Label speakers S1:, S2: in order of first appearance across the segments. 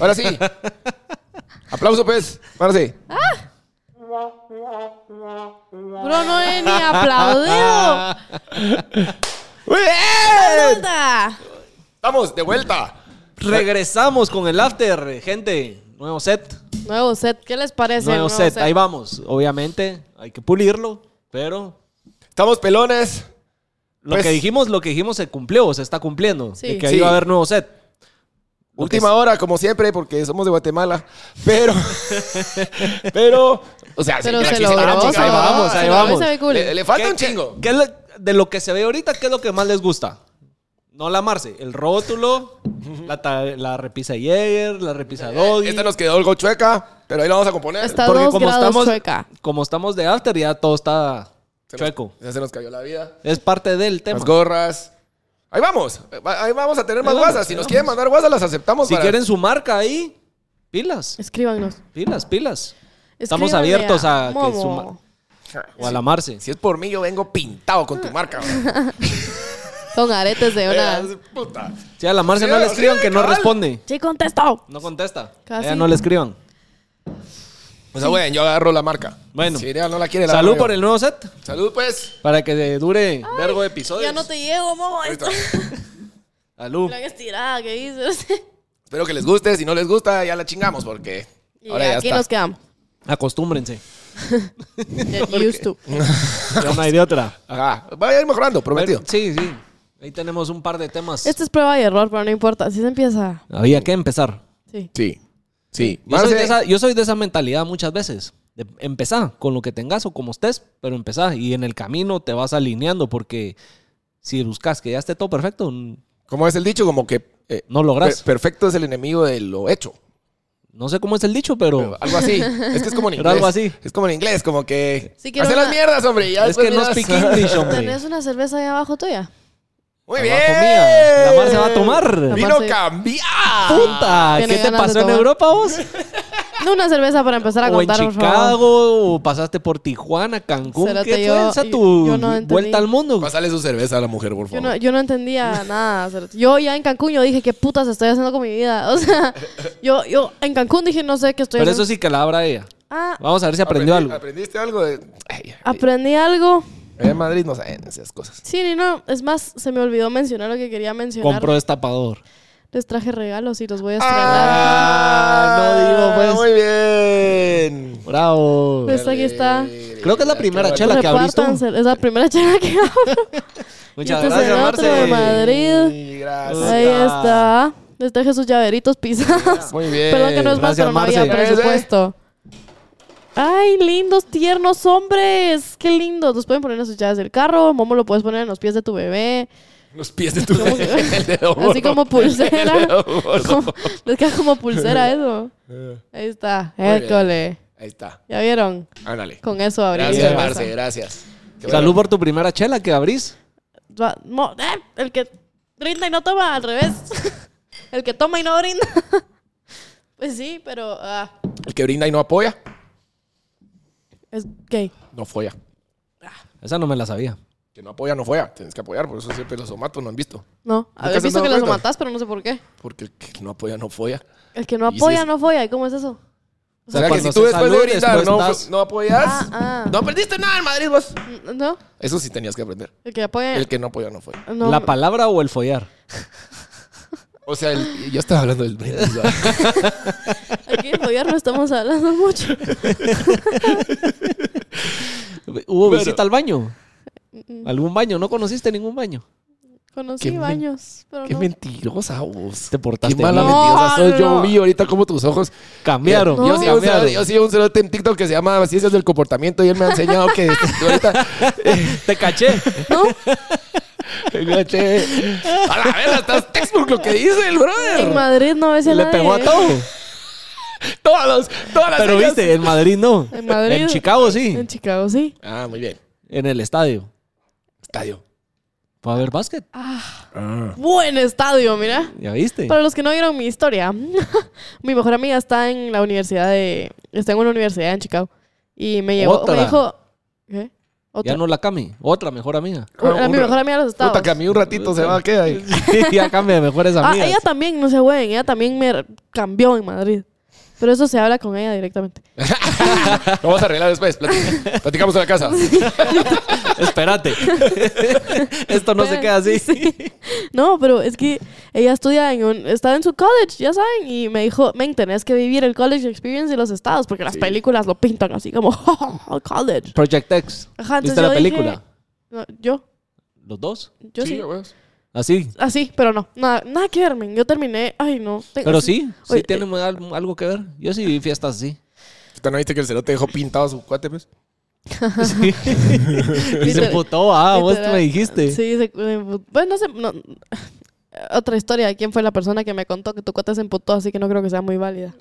S1: Ahora sí. Aplauso, pues. Ahora sí.
S2: Bro, no he ni aplaudido.
S1: Muy bien.
S2: Puta.
S1: Estamos de vuelta.
S3: Regresamos con el after, gente. Nuevo set.
S2: Nuevo set, ¿qué les parece? el
S3: Nuevo set. Ahí vamos. Obviamente, hay que pulirlo, pero
S1: Estamos pelones.
S3: lo
S1: Pues-
S3: que dijimos, lo que dijimos se cumplió, se está cumpliendo.
S2: Sí.
S3: De que ahí
S1: Sí.
S3: va a haber nuevo set. Lo
S1: Última
S3: que-
S1: hora, como siempre, porque somos de Guatemala. Pero. pero. O sea,
S2: Pero
S1: mira,
S2: se
S1: sí,
S2: logró.
S1: vamos,
S2: se
S1: ahí
S2: logró,
S1: vamos,
S2: se
S1: ahí
S2: logró,
S1: vamos.
S2: se ve cool.
S1: Le, le falta
S3: ¿Qué-
S1: un chingo.
S3: qué es lo- de lo que se ve ahorita, ¿qué es lo que más les gusta? No la Marce, el rótulo, la, ta- la repisa Jäger, la repisa Doggy.
S1: Eh, Esta nos quedó algo chueca, pero ahí la vamos a componer.
S2: Está dos grados chueca.
S3: como estamos de after, ya todo está
S1: Se nos-
S3: chueco.
S1: ya se nos cayó la vida.
S3: Es parte del tema.
S1: Las gorras. Ahí vamos. Ahí vamos a tener más
S3: Ahí vamos,
S1: guasas. Si
S3: ahí
S1: nos
S3: vamos.
S1: quieren mandar guasas, las aceptamos.
S3: Si
S1: para-
S3: quieren su marca ahí, pilas,
S2: Escríbanos.
S3: pilas, pilas. Estamos
S2: Escríbanle
S3: abiertos a, que
S2: Momo.
S3: su mar- o a la Marce.
S1: Ah, Si es por mí, yo vengo pintado con tu marca. bro.
S2: Con aretes de una.
S1: Eh, Puta.
S3: Si a la Marce
S1: Sí,
S3: no le
S1: sí,
S3: escriban, que no
S1: cabal.
S3: responde.
S2: Sí, contestó.
S3: No contesta.
S2: Casi.
S3: Ella no le escriban.
S1: O sea, bueno, yo agarro la marca.
S3: Bueno.
S1: Si ella no la quiere, la
S3: Salud
S1: agarro
S3: por
S1: yo.
S3: el nuevo set.
S1: Salud, pues.
S3: Para que dure vergo de
S2: Ya
S3: episodios.
S2: no te llevo, Momo.
S1: Ahí está.
S2: Esto.
S3: Salud.
S2: La estirada que dices.
S1: Espero que les guste. Si no les gusta, ya la chingamos porque
S2: Y
S1: ahora ya
S2: aquí
S1: está.
S2: nos quedamos.
S3: Acostúmbrense.
S2: Get used to.
S3: Ya no hay de otra.
S1: Ajá. Va a ir mejorando, prometido.
S3: Sí, sí. Ahí tenemos un par de temas.
S2: Esto es prueba y error, pero no importa. Si se empieza.
S3: Había que empezar.
S2: Sí.
S1: Sí. Sí.
S3: Yo soy,
S1: Marce,
S3: de esa, yo soy de esa mentalidad muchas veces. De empezar con lo que tengas o como estés, pero empezar. Y en el camino te vas alineando porque si buscas que ya esté todo perfecto, n-
S1: ¿Cómo es el dicho? Como que eh,
S3: no logras.
S1: per- perfecto es el enemigo de lo hecho.
S3: no sé cómo es el dicho, pero...
S1: Algo así. Es que es como en
S3: Oh. Pero
S1: inglés.
S3: algo así.
S1: Es como en inglés, como que.
S2: Sí, quiero
S1: Hacer las
S2: una-
S1: mierdas, hombre. y ya
S3: Es que no
S1: después
S3: speak
S1: miras.
S3: English, hombre.
S2: ¿Tenés una cerveza ahí abajo tuya?
S1: Muy bien.
S3: Abajo mía. La Mar se va a tomar. La
S1: Vino
S2: Mar se-
S1: cambiada.
S3: ¡Puta!
S2: Tiene
S3: ¿Qué te
S2: ganas de
S3: pasó en
S2: tomar.
S3: Europa vos?
S2: No, una cerveza para empezar a
S3: o en
S2: contar, por favor.
S3: Chicago, o pasaste por Tijuana, Cancún.
S2: Cerote,
S3: ¿Qué
S2: yo-
S3: fue esa
S2: yo-
S3: tu
S2: yo no entendí.
S3: vuelta al mundo?
S1: Pásale su cerveza a la mujer, por
S2: Yo
S1: favor.
S2: no, yo no entendía nada. o sea, Yo ya en Cancún yo dije, ¿qué putas estoy haciendo con mi vida? O sea, yo, yo en Cancún dije, no sé qué estoy
S3: Pero
S2: haciendo.
S3: eso sí que la abra ella.
S2: Ah,
S3: Vamos a ver si aprendió
S1: Aprendi-
S3: algo.
S1: ¿Aprendiste algo? De... Ay, ay,
S2: aprendí algo.
S1: en Madrid no saben esas cosas.
S2: Sí, ni no. Es más, se me olvidó mencionar lo que quería mencionar.
S3: Compró destapador.
S2: Les traje regalos y los voy a estrenar.
S3: Ah, no digo, pues.
S1: Muy bien.
S3: Bravo.
S2: Pues aquí está.
S3: Creo que es la primera
S1: Qué
S3: chela que abriste.
S2: Repártanse. Es la primera chela que abro.
S3: Muchas
S2: Y este
S3: gracias,
S2: será otro de
S3: Marce.
S2: Madrid.
S1: Sí, gracias.
S2: Ahí está. Les traje sus llaveritos pisados.
S1: Muy bien.
S2: Perdón que no es más,
S3: Gracias,
S2: pero no había
S3: Marce.
S2: presupuesto. Ay, lindos, tiernos hombres. Qué lindos. Los pueden poner en sus llaves del carro. Momo lo puedes poner en los pies de tu bebé.
S1: Los pies de tu
S2: ¿Cómo que-
S1: el dedo
S2: Así
S1: gordo.
S2: como
S1: El
S2: pulsera.
S1: dedo gordo.
S2: Como- les queda como pulsera eso. Ahí está.
S1: Muy bien.
S2: École.
S1: Ahí está.
S2: ¿Ya vieron?
S1: Ándale.
S2: Con eso abrimos.
S1: Gracias,
S3: Bien.
S1: Marce. Gracias. Qué
S3: Salud
S1: bueno.
S3: por tu primera chela que abrís.
S2: Va- mo- ¡Eh! El que brinda y no toma, al revés. El que toma y no brinda. Pues sí, pero ah,
S1: El que brinda y no apoya,
S2: es gay.
S1: no folla.
S3: Esa no me la sabía.
S1: Que no apoya, no folla. Tienes que apoyar. Por eso siempre los somatos no han visto.
S2: No, habéis
S1: se han
S2: visto
S1: dado
S2: que los
S1: cuenta?
S2: matás, pero no sé por qué.
S1: Porque el que no apoya, no folla.
S2: El que no
S1: Y si
S2: apoya,
S1: es-
S2: no folla. ¿Y cómo es eso?
S1: O sea, que
S3: cuando
S1: si tú
S3: se
S1: después de
S3: saluda,
S1: brindar
S3: después
S1: no,
S3: das-
S1: no apoyas,
S2: Ah, ah.
S1: no perdiste nada en Madrid, vos.
S2: N- ¿No?
S1: Eso sí tenías que aprender.
S2: El que apoya.
S1: El que no apoya, no folla.
S2: no.
S3: ¿La palabra o el follar?
S1: O sea, el- yo estaba hablando del brindis. ¿verdad?
S2: Aquí en follar no estamos hablando mucho.
S3: ¿Hubo
S1: Bueno.
S3: visita al baño?
S2: Mm.
S3: ¿Algún baño? ¿No conociste ningún baño?
S2: Conocí
S1: Qué
S2: baños, pero
S1: Qué
S2: no.
S1: mentirosa vos.
S3: Te portaste
S1: Qué mala
S3: bien.
S1: mentirosa
S2: No,
S1: soy. Yo
S2: no.
S1: vi ahorita como tus ojos
S3: Cambiaron.
S1: Yo, sigo un
S3: cambiaron.
S1: cerote, yo sigo un cerote en TikTok que se llama Ciencias del Comportamiento y él me ha enseñado que ahorita
S3: Te caché.
S1: me eché- a la verga, estás textbook lo que dice el
S2: En
S1: brother.
S2: Madrid no ves a
S3: Le
S2: nadie.
S3: pegó a todo.
S1: Todos, todas las
S3: Pero
S1: señas.
S3: viste, en Madrid no.
S2: En Madrid.
S3: En Chicago sí.
S2: En Chicago sí.
S1: Ah, muy bien.
S3: En el estadio.
S1: Estadio.
S3: Fue a ver básquet.
S2: Ah.
S1: Ah.
S2: Buen estadio, mira.
S3: ¿Ya viste?
S2: Para los que no vieron mi historia, mi mejor amiga está en la universidad de. Está en una universidad en Chicago. Y me llevó.
S3: Otra.
S2: Me dijo. ¿Qué? Otra.
S3: Ya no la Cami, otra mejor amiga.
S1: Ah,
S2: a mi
S1: una-
S2: mejor amiga de los estados.
S1: Puta, que a mí un ratito se va a quedar ahí.
S3: ya cambia de mejores
S2: Ah,
S3: amigas.
S2: ella también, no se jueguen, ella también me re- cambió en Madrid. Pero eso se habla con ella directamente.
S1: Lo vamos a arreglar después. plati- Platicamos en la casa.
S3: Espérate. Esto no se
S2: Espérate,
S3: queda así.
S2: No, pero es que ella estudia en un... Estaba en su college, ya saben, y me dijo, men, tenés que vivir el college experience de los estados, porque las películas lo pintan así como, college.
S3: Project X.
S2: Ajá, entonces
S3: ¿Viste la
S2: yo dije-
S3: película?
S2: No, yo,
S3: ¿Los dos?
S2: yo sí.
S1: güey.
S3: Así.
S2: Así, pero no, nada, nada que ver, men. Yo terminé, ay, no. Tengo-
S3: Pero sí, sí
S2: Oye, eh,
S3: tiene al- algo que ver. Yo sí vi fiestas así.
S1: Puta, ¿No viste que el cerote dejó pintado a su cuate, pues?
S3: Sí. y se
S2: Literal-
S3: putó, ah, vos
S2: Literal.
S3: me dijiste.
S2: Este, Sí, se- pues no sé. no- otra historia. ¿Quién fue la persona que me contó que tu cuate se emputó? Así que no creo que sea muy válida.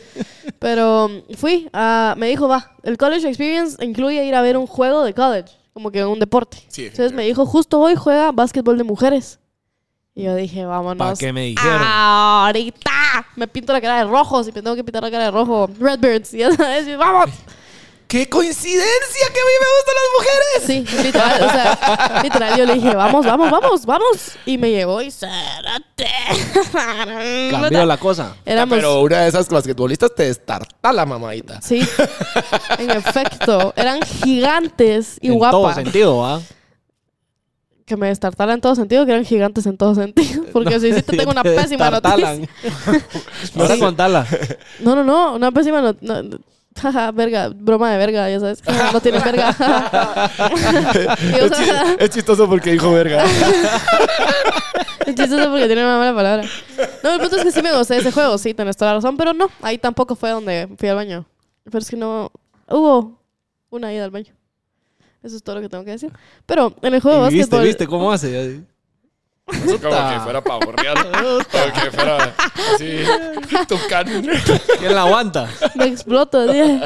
S2: Pero um, fui, a- me dijo, va, el college experience incluye ir a ver un juego de college, como que un deporte.
S1: Sí,
S2: Entonces me dijo, justo hoy juega básquetbol de mujeres. Y yo dije,
S3: ¿Para
S2: vámonos.
S3: qué me dijeron?
S2: Ah, Ahorita me pinto la cara de rojo, si me tengo que pintar la cara de rojo. Redbirds, ya sabes, y vamos.
S1: ¡Qué coincidencia que a mí me gustan las mujeres!
S2: Sí, literal, o sea, literal, yo le dije, vamos, vamos, vamos, vamos. Y me llegó y cérate.
S3: Cambió la cosa.
S2: Éramos.
S1: Pero una de esas basquetbolistas te destarta la mamadita.
S2: Sí, en efecto. Eran gigantes y
S3: en todo
S2: guapas.
S3: sentido, ¿ah?
S2: Que me destartaran en todo sentido, que eran gigantes en todo sentido. Porque si sí te tengo una
S3: Te
S2: pésima
S3: tartalan.
S2: noticia.
S3: Ahora
S1: Sí.
S3: contala.
S2: No, no, no, una pésima noticia. Jaja, verga, broma de verga, ya sabes. Jaja, no tienes verga. Y, o
S1: Es,
S2: sea,
S1: chi- es chistoso porque dijo verga.
S2: Es chistoso porque tiene una mala palabra. No, el punto es que sí me gocé de ese juego, sí, tenés toda la razón, pero no, ahí tampoco fue donde fui al baño. Pero es que no hubo una ida al baño. Eso es todo lo que tengo que decir. Pero en el juego de
S3: Y viste,
S2: básquetbol.
S3: viste cómo hace.
S1: Como
S3: Puta.
S1: para borrear. Como que fuera así. Tucán.
S3: ¿Quién la aguanta?
S2: Me exploto, dije.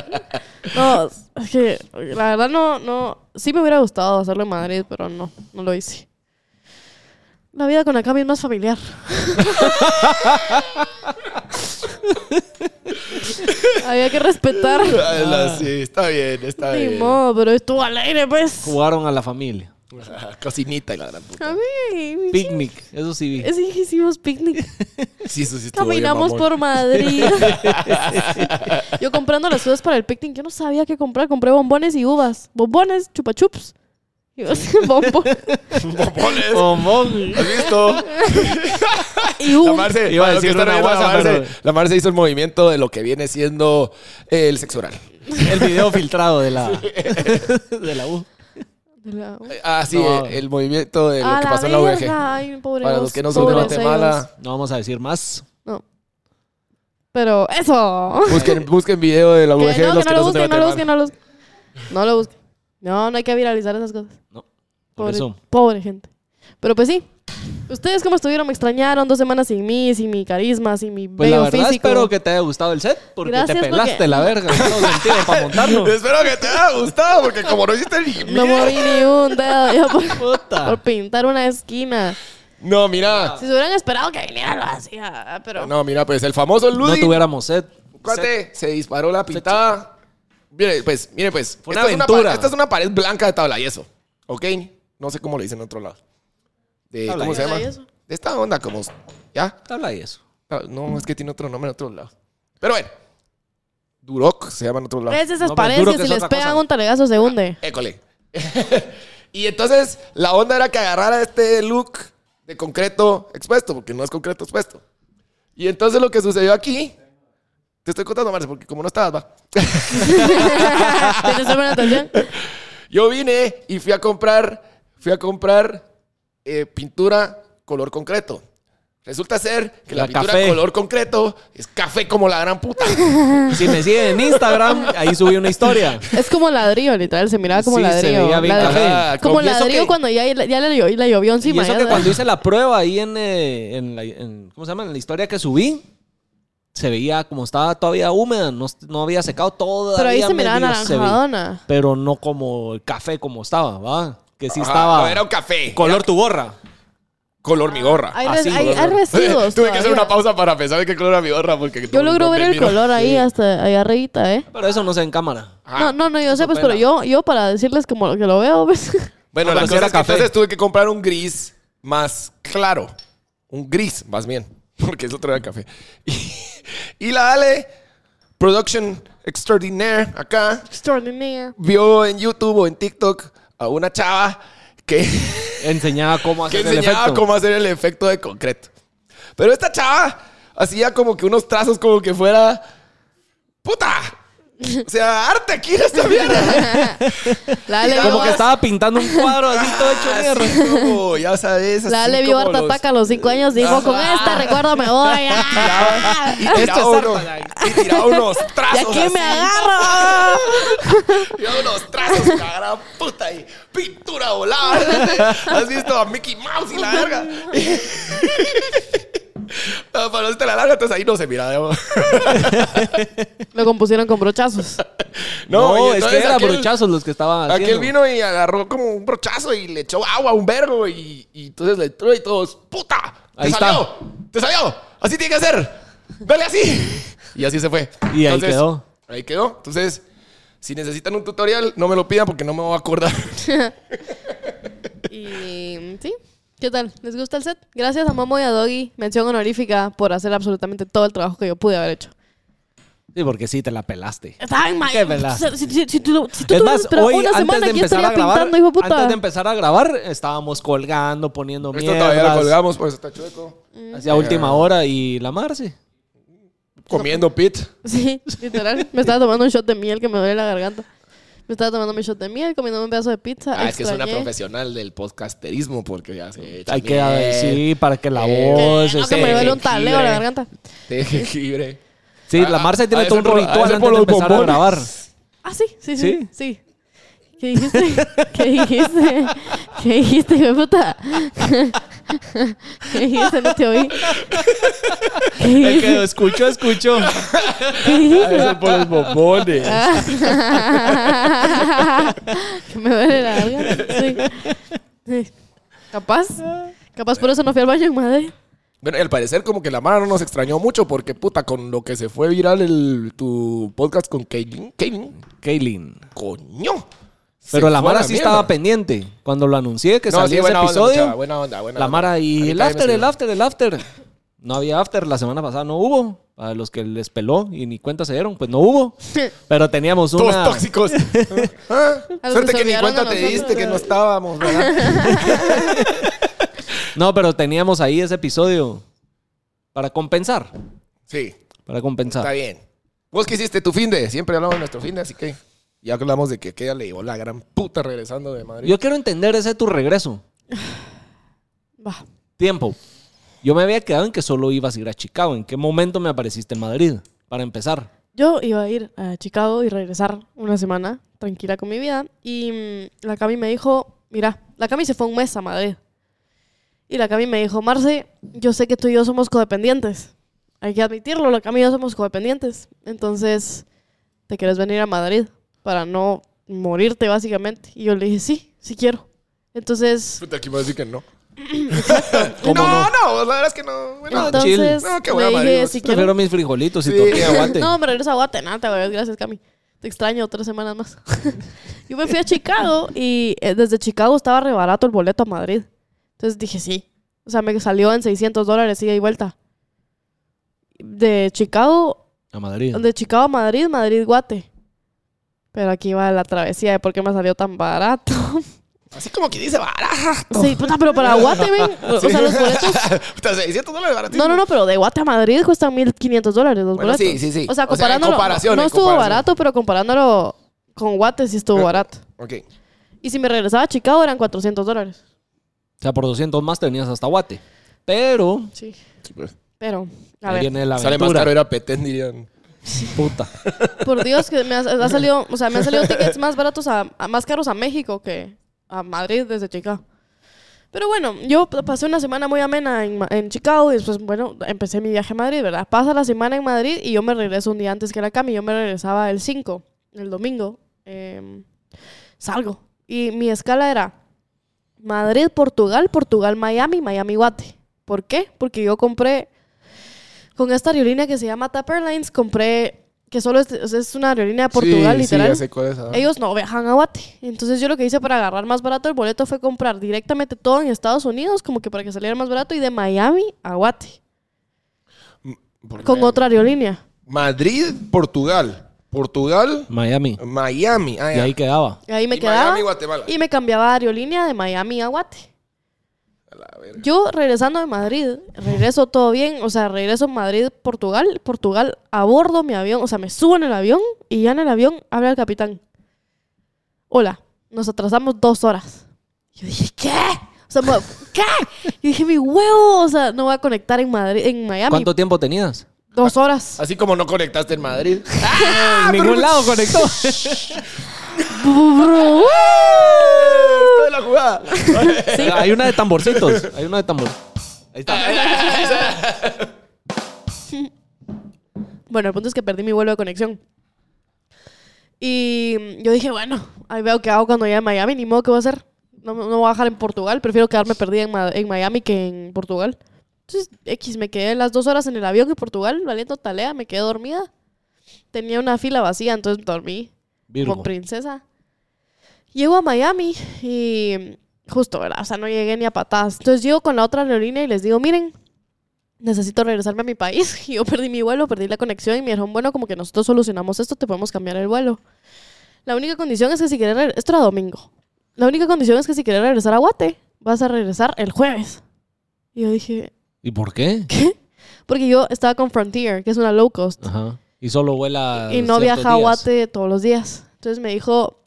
S2: No, es que la verdad no, no. Sí me hubiera gustado hacerlo en Madrid, pero no, no lo hice. La vida con la Cami es más familiar. Había que respetar.
S1: Ala, Sí, está bien, está
S2: Ni
S1: bien.
S2: modo, pero estuvo al aire, pues.
S3: Jugaron a la familia.
S1: Ah, Cocinita y la gran puta.
S2: A mí.
S3: Picnic, eso sí vi.
S2: Es que hicimos picnic.
S1: Sí, eso sí estuvo bien,
S2: Caminamos
S1: mamón.
S2: por Madrid. yo comprando las cosas para el picnic. Yo no sabía qué comprar. Compré bombones y uvas. Bombones, chupachups. Bombón
S1: Bombones.
S3: Bombón.
S1: ¿Has visto?
S2: y
S1: La
S2: uvas.
S1: Marce,
S3: Iba a
S1: para los que
S3: decir
S1: están viendo,
S3: una
S1: la,
S3: guasa,
S1: Marce,
S3: pero-
S1: la Marce hizo el movimiento de lo que viene siendo el sexo oral.
S3: El video filtrado de la, de la U.
S2: De la-
S1: Ah, sí,
S3: No.
S1: eh, el movimiento de lo
S2: A
S1: que pasó en la
S2: verga,
S1: UVG.
S2: Ay, pobre
S1: Para los
S2: vos,
S1: que no son de
S2: pobres
S1: Guatemala,
S2: ellos.
S3: No vamos a decir más.
S2: No. Pero eso.
S1: busquen, busquen video de la
S2: Que
S1: UVG
S2: no,
S1: los
S2: que
S1: que
S2: no lo
S1: no son de
S2: busquen, no lo busquen,
S1: Guatemala.
S2: no lo busquen. No lo busquen. No, no hay que viralizar esas cosas.
S3: Por
S2: Pobre,
S3: eso.
S2: pobre gente. Pero pues sí. ¿Ustedes cómo estuvieron? Me extrañaron dos semanas sin mí, sin mi carisma, sin mi
S3: Pues la
S2: bello
S3: verdad
S2: físico.
S3: espero que te haya gustado el set porque
S2: Gracias,
S3: te
S2: porque-
S3: pelaste la verga en todo sentido para montarlo.
S1: Espero que te haya gustado, porque como no hiciste ni
S2: No moví ni un dedo yo por, por
S3: Puta.
S2: pintar una esquina.
S1: No, mira.
S2: Si se hubieran esperado que viniera, lo hacía. Pero
S1: No, mira, pues el famoso
S3: No
S1: Ludwig,
S3: tuviéramos set.
S1: cuate, se disparó la pintada. Mire, pues, mire, pues.
S3: Fue una
S1: esta es pa-
S3: aventura.
S1: esta es una pared blanca de tabla yeso, ¿ok? No sé cómo le dicen en otro lado. De,
S3: Tabla
S1: ¿Cómo se
S2: yeso.
S1: llama?
S2: Tabla yeso.
S1: De esta onda, como... ¿Ya?
S3: Habla de eso.
S1: Ah, No, es que tiene otro nombre en otro lado. Pero bueno. Duroc se llama en otro lado.
S2: es esas
S3: No, pero
S2: paredes
S3: duro
S2: que,
S3: que
S2: si
S3: es
S2: les
S3: otra
S2: pegan
S3: cosa.
S2: un talegazo se hunde.
S1: École. y entonces la onda era que agarrara este look de concreto expuesto, porque no es concreto expuesto. Y entonces lo que sucedió aquí, te estoy contando, Marce, porque como no estabas, va.
S2: ¿Tienes buena atención?
S1: Yo vine y fui a comprar, fui a comprar eh, pintura color concreto. Resulta ser que la,
S3: La
S1: pintura
S3: café.
S1: color concreto es café como la gran puta.
S3: Si me siguen en Instagram, ahí subí una historia.
S2: Es como ladrillo, literal. Se miraba como
S3: Sí, se
S2: ladrillo.
S3: veía bien
S2: Ladrillo.
S3: café.
S1: Ajá,
S2: Como
S1: y eso
S2: ladrillo
S1: que-
S2: cuando ya, ya le, llovió, la llovió
S3: Y
S2: encima.
S3: eso
S2: ya
S3: que
S2: sabes.
S3: cuando hice la prueba ahí en, eh, en la- en- ¿cómo se llama? En la historia que subí, se veía como estaba todavía húmeda, no, no había secado todavía.
S2: Pero ahí se miraba
S3: medio se veía,
S2: naranjadona.
S3: pero no como el café como estaba, ¿va? Que sí
S1: Ajá,
S3: estaba
S1: no, era un café.
S3: color tu gorra.
S1: color mi gorra.
S2: Hay,
S3: Así,
S2: res- hay,
S3: ¿verdad?
S2: hay residuos.
S1: Tuve que hacer
S2: todavía.
S1: una pausa para pensar en qué color era mi gorra porque
S2: Yo
S1: todo
S2: logro
S1: mundo
S2: ver
S1: me
S2: el
S1: miró.
S2: color ahí, hasta ahí arribita, ¿eh?
S3: Pero eso no se ve en cámara.
S1: Ajá.
S2: no, no, no, yo sé, pues,
S3: pela.
S2: pero yo, yo para decirles como lo que lo veo, pues.
S1: Bueno,
S3: Ah,
S1: la
S3: pero si
S1: cosa
S3: era
S1: es que
S3: café.
S1: entonces tuve que comprar un gris más claro. Un gris, más bien. Porque eso trae café. Y, y la Ale, Production Extraordinaire, acá,
S2: Extraordinaire.
S1: vio en YouTube o en TikTok a una chava que,
S3: Enseñaba cómo
S1: que
S3: hacer el
S1: enseñaba
S3: efecto.
S1: cómo hacer el efecto de concreto. Pero esta chava hacía como que unos trazos como que fuera... ¡Puta! O sea, arte aquí en esta mierda.
S2: La Ale
S3: Como
S2: vio,
S3: que estaba pintando un cuadro así todo
S1: Ah,
S3: hecho mierda.
S1: Así como, ya sabes.
S2: la
S1: así
S2: Ale vio
S1: como
S2: harta
S1: los-
S2: taca a los cinco años. Dijo, con esta recuerdo me voy. ¡ah!
S1: y tiraba, unos, y tiraba unos
S2: Y
S1: trazos.
S2: aquí me
S1: así,
S2: agarro.
S1: tiraba unos trazos, la gran puta, y pintura volada. ¿Has visto a Mickey Mouse y la verga? No, para no hacerte la larga, entonces ahí no se mira. digamos.
S2: Lo compusieron con brochazos.
S3: No,
S1: y
S3: es
S1: entonces
S3: que eran
S1: aquel-
S3: brochazos los que estaban haciendo.
S1: Aquel vino y agarró como un brochazo y le echó agua, un vergo, y, y entonces le entró y todos, ¡puta! ¡Te
S3: Ahí
S1: salió!
S3: está.
S1: ¡Te salió! ¡Así tiene que ser! ¡Dale así! Y así se fue.
S3: Y ahí quedó.
S1: Ahí quedó. Entonces, si necesitan un tutorial, no me lo pidan porque no me voy a acordar.
S2: Y sí. ¿Qué tal? ¿Les gusta el set? Gracias a Momo y a Doggy, mención honorífica por hacer absolutamente todo el trabajo que yo pude haber hecho.
S3: Sí, porque sí, te la pelaste.
S2: Ay, ma-
S3: Qué velaz.
S2: si, si, si, si tú, si tú
S3: Es
S2: te
S3: más,
S2: esperado
S3: hoy
S2: una
S3: antes
S2: semana
S3: de
S2: aquí
S3: empezar a
S2: estaría
S3: grabar,
S2: pintando, hijo de puta.
S3: antes de empezar a grabar, estábamos colgando, poniendo
S1: Esto todavía lo
S3: mierdas, Mm.
S1: colgamos, pues está chueco. Eh,
S3: hacia última hora y la Marce.
S1: Comiendo pit.
S2: Sí, literal. Me estaba tomando un shot de miel que me duele la garganta. Me estaba tomando mi shot de miel, comiendo un pedazo de pizza.
S1: Ah, es que es una
S2: extrañé.
S1: profesional del podcasterismo porque ya se echa
S3: Hay que
S1: miel,
S3: sí, para que la
S1: Eh,
S3: voz. este,
S2: No, que
S3: esté-
S2: me duele
S1: jengibre.
S2: un taleo la garganta.
S1: de jengibre.
S3: Sí,
S1: Ah,
S3: la Marce
S1: ah,
S3: tiene todo un
S1: ese por- ah,
S3: ritual
S1: ese
S3: antes
S1: por
S3: de
S1: los
S3: empezar a
S1: bombones.
S3: grabar.
S2: Ah, sí, sí, sí.
S3: ¿Sí?
S2: sí. ¿Qué dijiste? ¿Qué dijiste? ¿Qué dijiste, hijo de puta? ¿Qué dijiste? No te oí. ¿Qué
S3: El que
S2: dijiste?
S3: lo escuchó, escuchó.
S2: ¿Qué dijiste?
S1: por los bombones.
S2: que me duele la garganta. Sí. Sí. Capaz. Capaz por eso no fui al baño en Madrid.
S1: Bueno, y al parecer como que la mano no nos extrañó mucho porque puta, con lo que se fue viral el, tu podcast con Kaylin, Kaylin,
S3: Kaylin.
S1: coño. Se
S3: Pero la
S1: fue a
S3: Mara sí
S1: mierda.
S3: estaba pendiente. Cuando lo anuncié que
S1: No, sí,
S3: salía ese
S1: buena onda,
S3: episodio.
S1: muchacha, buena onda, buena
S3: la
S1: onda. A
S3: Mara
S1: mí
S3: y el
S1: también me
S3: after, el
S1: sirvió.
S3: after, el after. No había after. La semana pasada no hubo. Para los que les peló y ni cuenta se dieron, pues no hubo. Pero teníamos
S1: Todos
S3: una.
S1: tóxicos. Ah,
S2: A los
S1: Suerte
S2: que
S1: que ni
S2: se olvidaron
S1: cuenta
S2: a
S1: te
S2: nosotros.
S1: diste que no estábamos, ¿verdad?
S3: No, pero teníamos ahí ese episodio. Para compensar.
S1: Sí,
S3: Para
S1: está
S3: compensar.
S1: bien. ¿Vos qué hiciste tu fin de? Siempre hablamos de nuestro fin de, así que ya hablamos de que aquella le llevó la gran puta regresando de Madrid.
S3: Yo quiero entender ese tu regreso.
S2: Va.
S3: Tiempo. Yo me había quedado en que solo ibas a ir a Chicago. ¿En qué momento me apareciste en Madrid? Para empezar.
S2: Yo iba a ir a Chicago y regresar una semana tranquila con mi vida. Y mm, la Cami me dijo, mira, la Cami se fue un mes a Madrid. Y la Cami me dijo, Marce, yo sé que tú y yo somos codependientes. Hay que admitirlo, la Cami y yo somos codependientes. Entonces, ¿te quieres venir a Madrid para no morirte básicamente? Y yo le dije, sí, sí quiero. Entonces,
S1: Puta, aquí me va a decir que no.
S3: ¿Cómo
S1: no, no, la verdad es que no. Bueno,
S3: No, chill.
S2: entonces
S1: No, qué
S2: le
S1: buena
S2: dije,
S1: Madrid, vos.
S2: si quiero
S3: Prefiero mis frijolitos y
S1: Sí.
S3: tortilla de aguante.
S2: No, me regreso a Guatenata, güey. Gracias, Cami. Te extraño otras semanas más. Yo me fui a Chicago y eh, desde Chicago estaba re barato el boleto a Madrid. Entonces dije sí. O sea, me salió en 600 dólares ida y vuelta. De Chicago,
S3: A Madrid.
S2: de Chicago a Madrid, Madrid Guate. Pero aquí va la travesía de por qué me salió tan barato.
S1: Así como que dice barato.
S2: Sí, puta, pero para Guate, ven. O sea, los boletos.
S1: Puta, 600 dólares baratísimo.
S2: No, no, no, pero de Guate a Madrid cuestan 1.500 dólares los
S1: Bueno,
S2: boletos.
S1: sí, sí, sí.
S2: O sea,
S1: O sea, en
S2: comparándolo.
S1: comparación,
S2: no
S1: en
S2: estuvo
S1: comparación.
S2: barato, pero comparándolo con Guate sí estuvo
S1: Eh.
S2: barato.
S1: Ok.
S2: Y si me regresaba a Chicago eran 400 dólares.
S3: O sea, por 200 más te venías hasta Guate. Pero
S2: Sí.
S1: Sí, pues.
S2: Pero, a
S3: ahí
S2: ver,
S3: viene la
S1: Sale más
S3: aventura.
S1: caro ir a Petén, dirían.
S3: Puta.
S2: por Dios que me ha, ha salido, o sea, me han salido tickets más baratos, a, a- más caros a México que a Madrid desde Chicago. Pero bueno, yo p- pasé una semana muy amena en, Ma- en Chicago y después, bueno, empecé mi viaje a Madrid, ¿verdad? Pasa la semana en Madrid y yo me regreso un día antes que la Cami. Yo me regresaba el 5, el domingo. em, salgo. Y mi escala era Madrid, Portugal, Portugal, Miami, Miami, Guate. ¿Por qué? Porque yo compré con esta aerolínea que se llama TAP Airlines, compré que solo es, es una aerolínea de Portugal,
S1: sí, Sí,
S2: literal.
S1: ya sé cuál es. ajá.
S2: Ellos no viajan a Guate. Entonces yo lo que hice para agarrar más barato el boleto fue comprar directamente todo en Estados Unidos, como que para que saliera más barato, y de Miami a Guate,
S1: Por-
S2: con otra aerolínea.
S1: Madrid, Portugal. Portugal,
S3: Miami.
S1: Miami. Ah,
S3: Y
S1: ya.
S3: ahí quedaba.
S2: Y ahí me
S1: Y
S2: quedaba.
S1: Miami, Guatemala.
S2: Y me cambiaba de aerolínea de Miami a Guate.
S1: A la verga.
S2: Yo regresando de Madrid, regreso todo bien, o sea, regreso a Madrid, Portugal, Portugal, abordo mi avión, o sea, me subo en el avión y ya en el avión habla el capitán. Hola, nos atrasamos dos horas. Yo dije, ¿qué? O sea, me- ¿qué? Y dije, mi huevo, o sea, no voy a conectar en Madrid, en Miami.
S3: ¿Cuánto tiempo tenías?
S2: Dos horas.
S1: Así como no conectaste en Madrid.
S2: Ah,
S3: En
S2: pues
S3: ningún lado conectó.
S2: Ah,
S1: Esto de la jugada.
S3: Hay una de tamborcitos. Hay una de tamborcitos. Ahí está.
S2: Bueno, el punto es que perdí mi vuelo de conexión. Y mm, yo dije, bueno, ahí veo qué hago cuando llegue a Miami, ni modo que voy a hacer. No, me- no voy a bajar en Portugal, prefiero quedarme perdida en, Ma- en Miami que en Portugal. Entonces, X, me quedé las dos horas en el avión en Portugal, valiendo talea, me quedé dormida. Tenía una fila vacía, entonces dormí
S3: Virgo.
S2: como princesa. Llego a Miami y mm, justo, ¿verdad? O sea, no llegué ni a patadas. Entonces llego con la otra aerolínea y les digo, miren, necesito regresarme a mi país. Y yo perdí mi vuelo, perdí la conexión y me dijeron, bueno, como que nosotros solucionamos esto, te podemos cambiar el vuelo. La única condición es que si quieres regre- esto era domingo. La única condición es que si quieres regresar a Guate, vas a regresar el jueves. Y yo dije,
S3: ¿Y por qué?
S2: porque yo estaba con Frontier, que es una low cost
S3: Ajá. Y solo vuela.
S2: y no
S3: ciertos
S2: viaja a
S3: días.
S2: Guate todos los días. Entonces me dijo,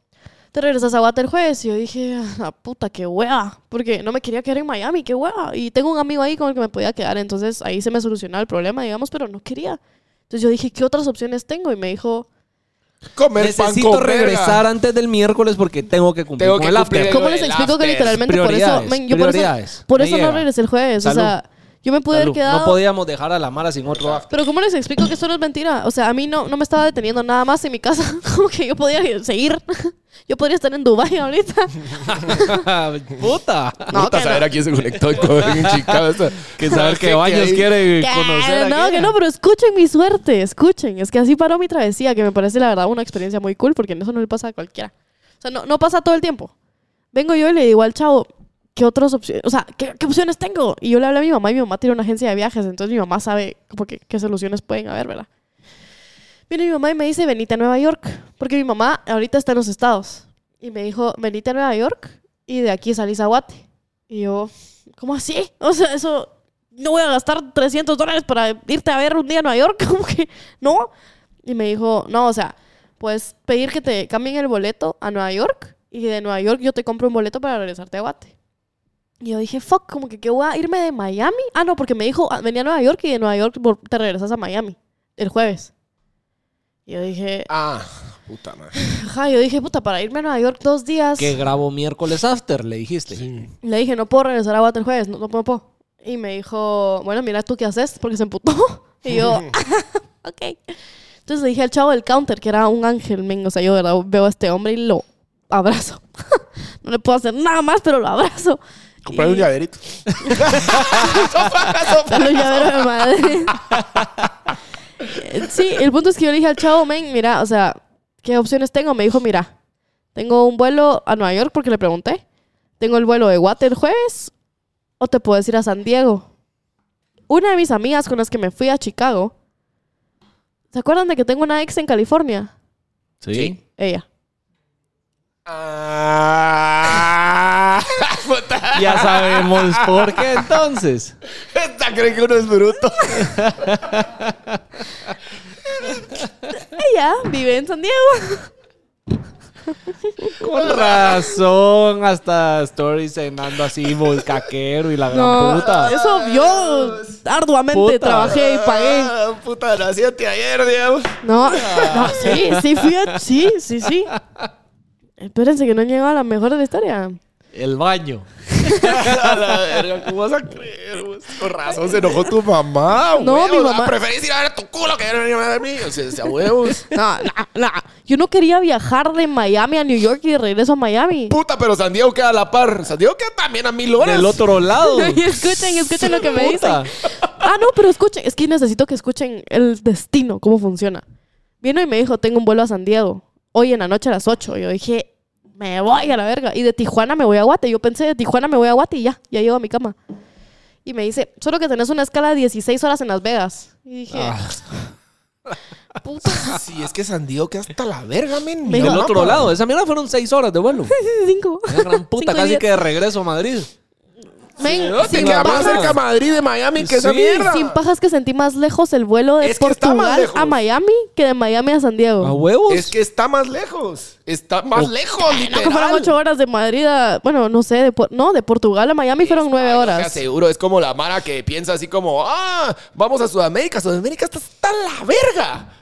S2: ¿te regresas a Guate el jueves? Y yo dije, "Ah, la puta, qué hueva. Porque no me quería quedar en Miami, qué hueva. Y tengo un amigo ahí con el que me podía quedar. Entonces ahí se me solucionaba el problema, digamos, pero no quería. Entonces yo dije, ¿qué otras opciones tengo? Y me dijo,
S1: Comer pan
S3: Necesito
S1: con verga.
S3: regresar antes del miércoles porque tengo que cumplir
S1: Tengo
S3: con
S1: que
S3: el
S1: cumplir
S3: after.
S1: el-
S2: ¿cómo les
S1: del
S2: explico que
S1: after.
S2: literalmente por eso,
S3: Prioridades,
S2: men, yo por eso,
S3: prioridades.
S2: por
S3: Me
S2: eso no
S3: llega.
S2: regresé el jueves?
S3: Salud.
S2: O sea, yo me pude haber
S3: Salud.
S2: quedado...
S3: No podíamos dejar a la Mara sin otro after.
S2: Pero ¿cómo les explico que eso no es mentira? O sea, a mí no, no me estaba deteniendo nada más en mi casa. Como que yo podía seguir. Yo podría estar en Dubái ahorita.
S3: Puta.
S2: No,
S1: Puta,
S2: que
S1: saber
S2: no.
S1: a quién se conectó en Chicago. esa-
S3: Que saber
S1: Jeque
S3: qué baños
S1: ahí.
S3: quiere
S2: ¿Qué?
S3: conocer.
S2: no,
S3: aquella.
S2: que no, pero escuchen mi suerte, escuchen. Es que así paró mi travesía, que me parece la verdad una experiencia muy cool, porque eso no le pasa a cualquiera. O sea, no, no pasa todo el tiempo. Vengo yo y le digo al chavo, ¿qué otras opciones? O sea, ¿qué, qué opciones tengo? Y yo le hablé a mi mamá y mi mamá tiene una agencia de viajes, entonces mi mamá sabe como que, qué soluciones pueden haber, ¿verdad? Viene mi mamá y me dice, venite a Nueva York, porque mi mamá ahorita está en los estados. Y me dijo, venite a Nueva York y de aquí salís a Guate. Y yo, ¿cómo así? O sea, eso, no voy a gastar 300 dólares para irte a ver un día a Nueva York, como que no. Y me dijo, no, o sea, puedes pedir que te cambien el boleto a Nueva York y de Nueva York yo te compro un boleto para regresarte a Guate. Y yo dije, fuck, como que que voy a irme de Miami. Ah, no, porque me dijo, ah, venía a Nueva York y de Nueva York vol- te regresas a Miami el jueves. Y yo dije,
S1: Ah, puta madre.
S2: ajá, yo dije, puta, para irme a Nueva York dos días.
S3: Que grabo miércoles after, le dijiste.
S1: Sí.
S2: Le dije, no puedo regresar a Guate el jueves, no, no puedo, no puedo. Y me dijo, bueno, mira tú qué haces, porque se emputó. Y yo, ok. Entonces le dije al chavo del counter, que era un ángel, men. O sea, yo de verdad veo a este hombre y lo abrazo. no le puedo hacer nada más, pero lo abrazo.
S1: Comprarle
S2: Y-
S1: un llaverito.
S2: Dale un llavero de madre. sí, el punto es que yo le dije al chavo, men, mira, o sea, ¿qué opciones tengo? Me dijo, mira, tengo un vuelo a Nueva York porque le pregunté. Tengo el vuelo de Guate el jueves o te puedes ir a San Diego. Una de mis amigas con las que me fui a Chicago, ¿se acuerdan de que tengo una ex en California?
S3: Sí.
S2: Ella.
S1: Ah, puta.
S3: Ya sabemos por qué entonces.
S1: Esta cree que uno es bruto.
S2: Ella vive en San Diego.
S3: Con razón, hasta Story cenando así, volcaquero y la gran puta.
S2: eso yo arduamente
S3: Puta.
S2: trabajé y pagué.
S1: Ah, puta, nací ayer, digamos.
S2: No, no, sí, sí fui a- sí, sí, sí. Espérense que no he llegado a la mejor de la historia.
S3: El baño.
S1: A la verga, ¿cómo vas a creer? vos? Con razón se enojó tu mamá,
S2: No,
S1: huevos.
S2: mi mamá-
S1: Ah, preferís ir a ver tu culo que ir a ver a mí. O sea, sea huevos.
S2: No, no, no. Yo no quería viajar de Miami a New York y de regreso a Miami.
S1: Puta, pero San Diego queda a la par. San Diego queda también a mil horas.
S3: Del otro lado.
S2: Y escuchen, escuchen lo que me dicen.
S3: Puta.
S2: Ah, no, pero escuchen. Es que necesito que escuchen el destino, cómo funciona. Vino y me dijo, tengo un vuelo a San Diego. Hoy en la noche a las 8. Yo dije, me voy a la verga. Y de Tijuana me voy a Guate. Yo pensé, de Tijuana me voy a Guate y ya. Ya llego a mi cama. Y me dice, solo que tenés una escala de 16 horas en Las Vegas. Y dije,
S3: Ah,
S2: puta.
S1: Sí, es que San Diego queda hasta la verga, men.
S2: Me
S1: Mira,
S2: dijo- pues".
S3: del
S1: mapa.
S3: otro lado. Esa mierda fueron seis horas de vuelo.
S2: Cinco.
S3: Una gran puta,
S2: Cinco
S3: casi
S2: días.
S3: que de regreso a Madrid.
S2: Men,
S1: Yo Te
S2: sin
S1: queda más
S2: pajas.
S1: cerca Madrid de Miami que esa
S3: Sí,
S1: mierda.
S2: Sin pajas que sentí más lejos el vuelo de
S1: Es que está más
S2: Portugal
S1: lejos. Ah,
S2: a Miami que de Miami a San Diego.
S3: ¿A huevos?
S1: Es que está más lejos. Está más lejos,
S2: No, que
S1: literal.
S2: fueron ocho horas de Madrid a... Bueno, no sé, de Por- no, de Portugal a Miami fueron nueve
S1: Te
S2: horas.
S1: aseguro, es como la Mara que piensa así como, ah, vamos a Sudamérica. Sudamérica está hasta la verga.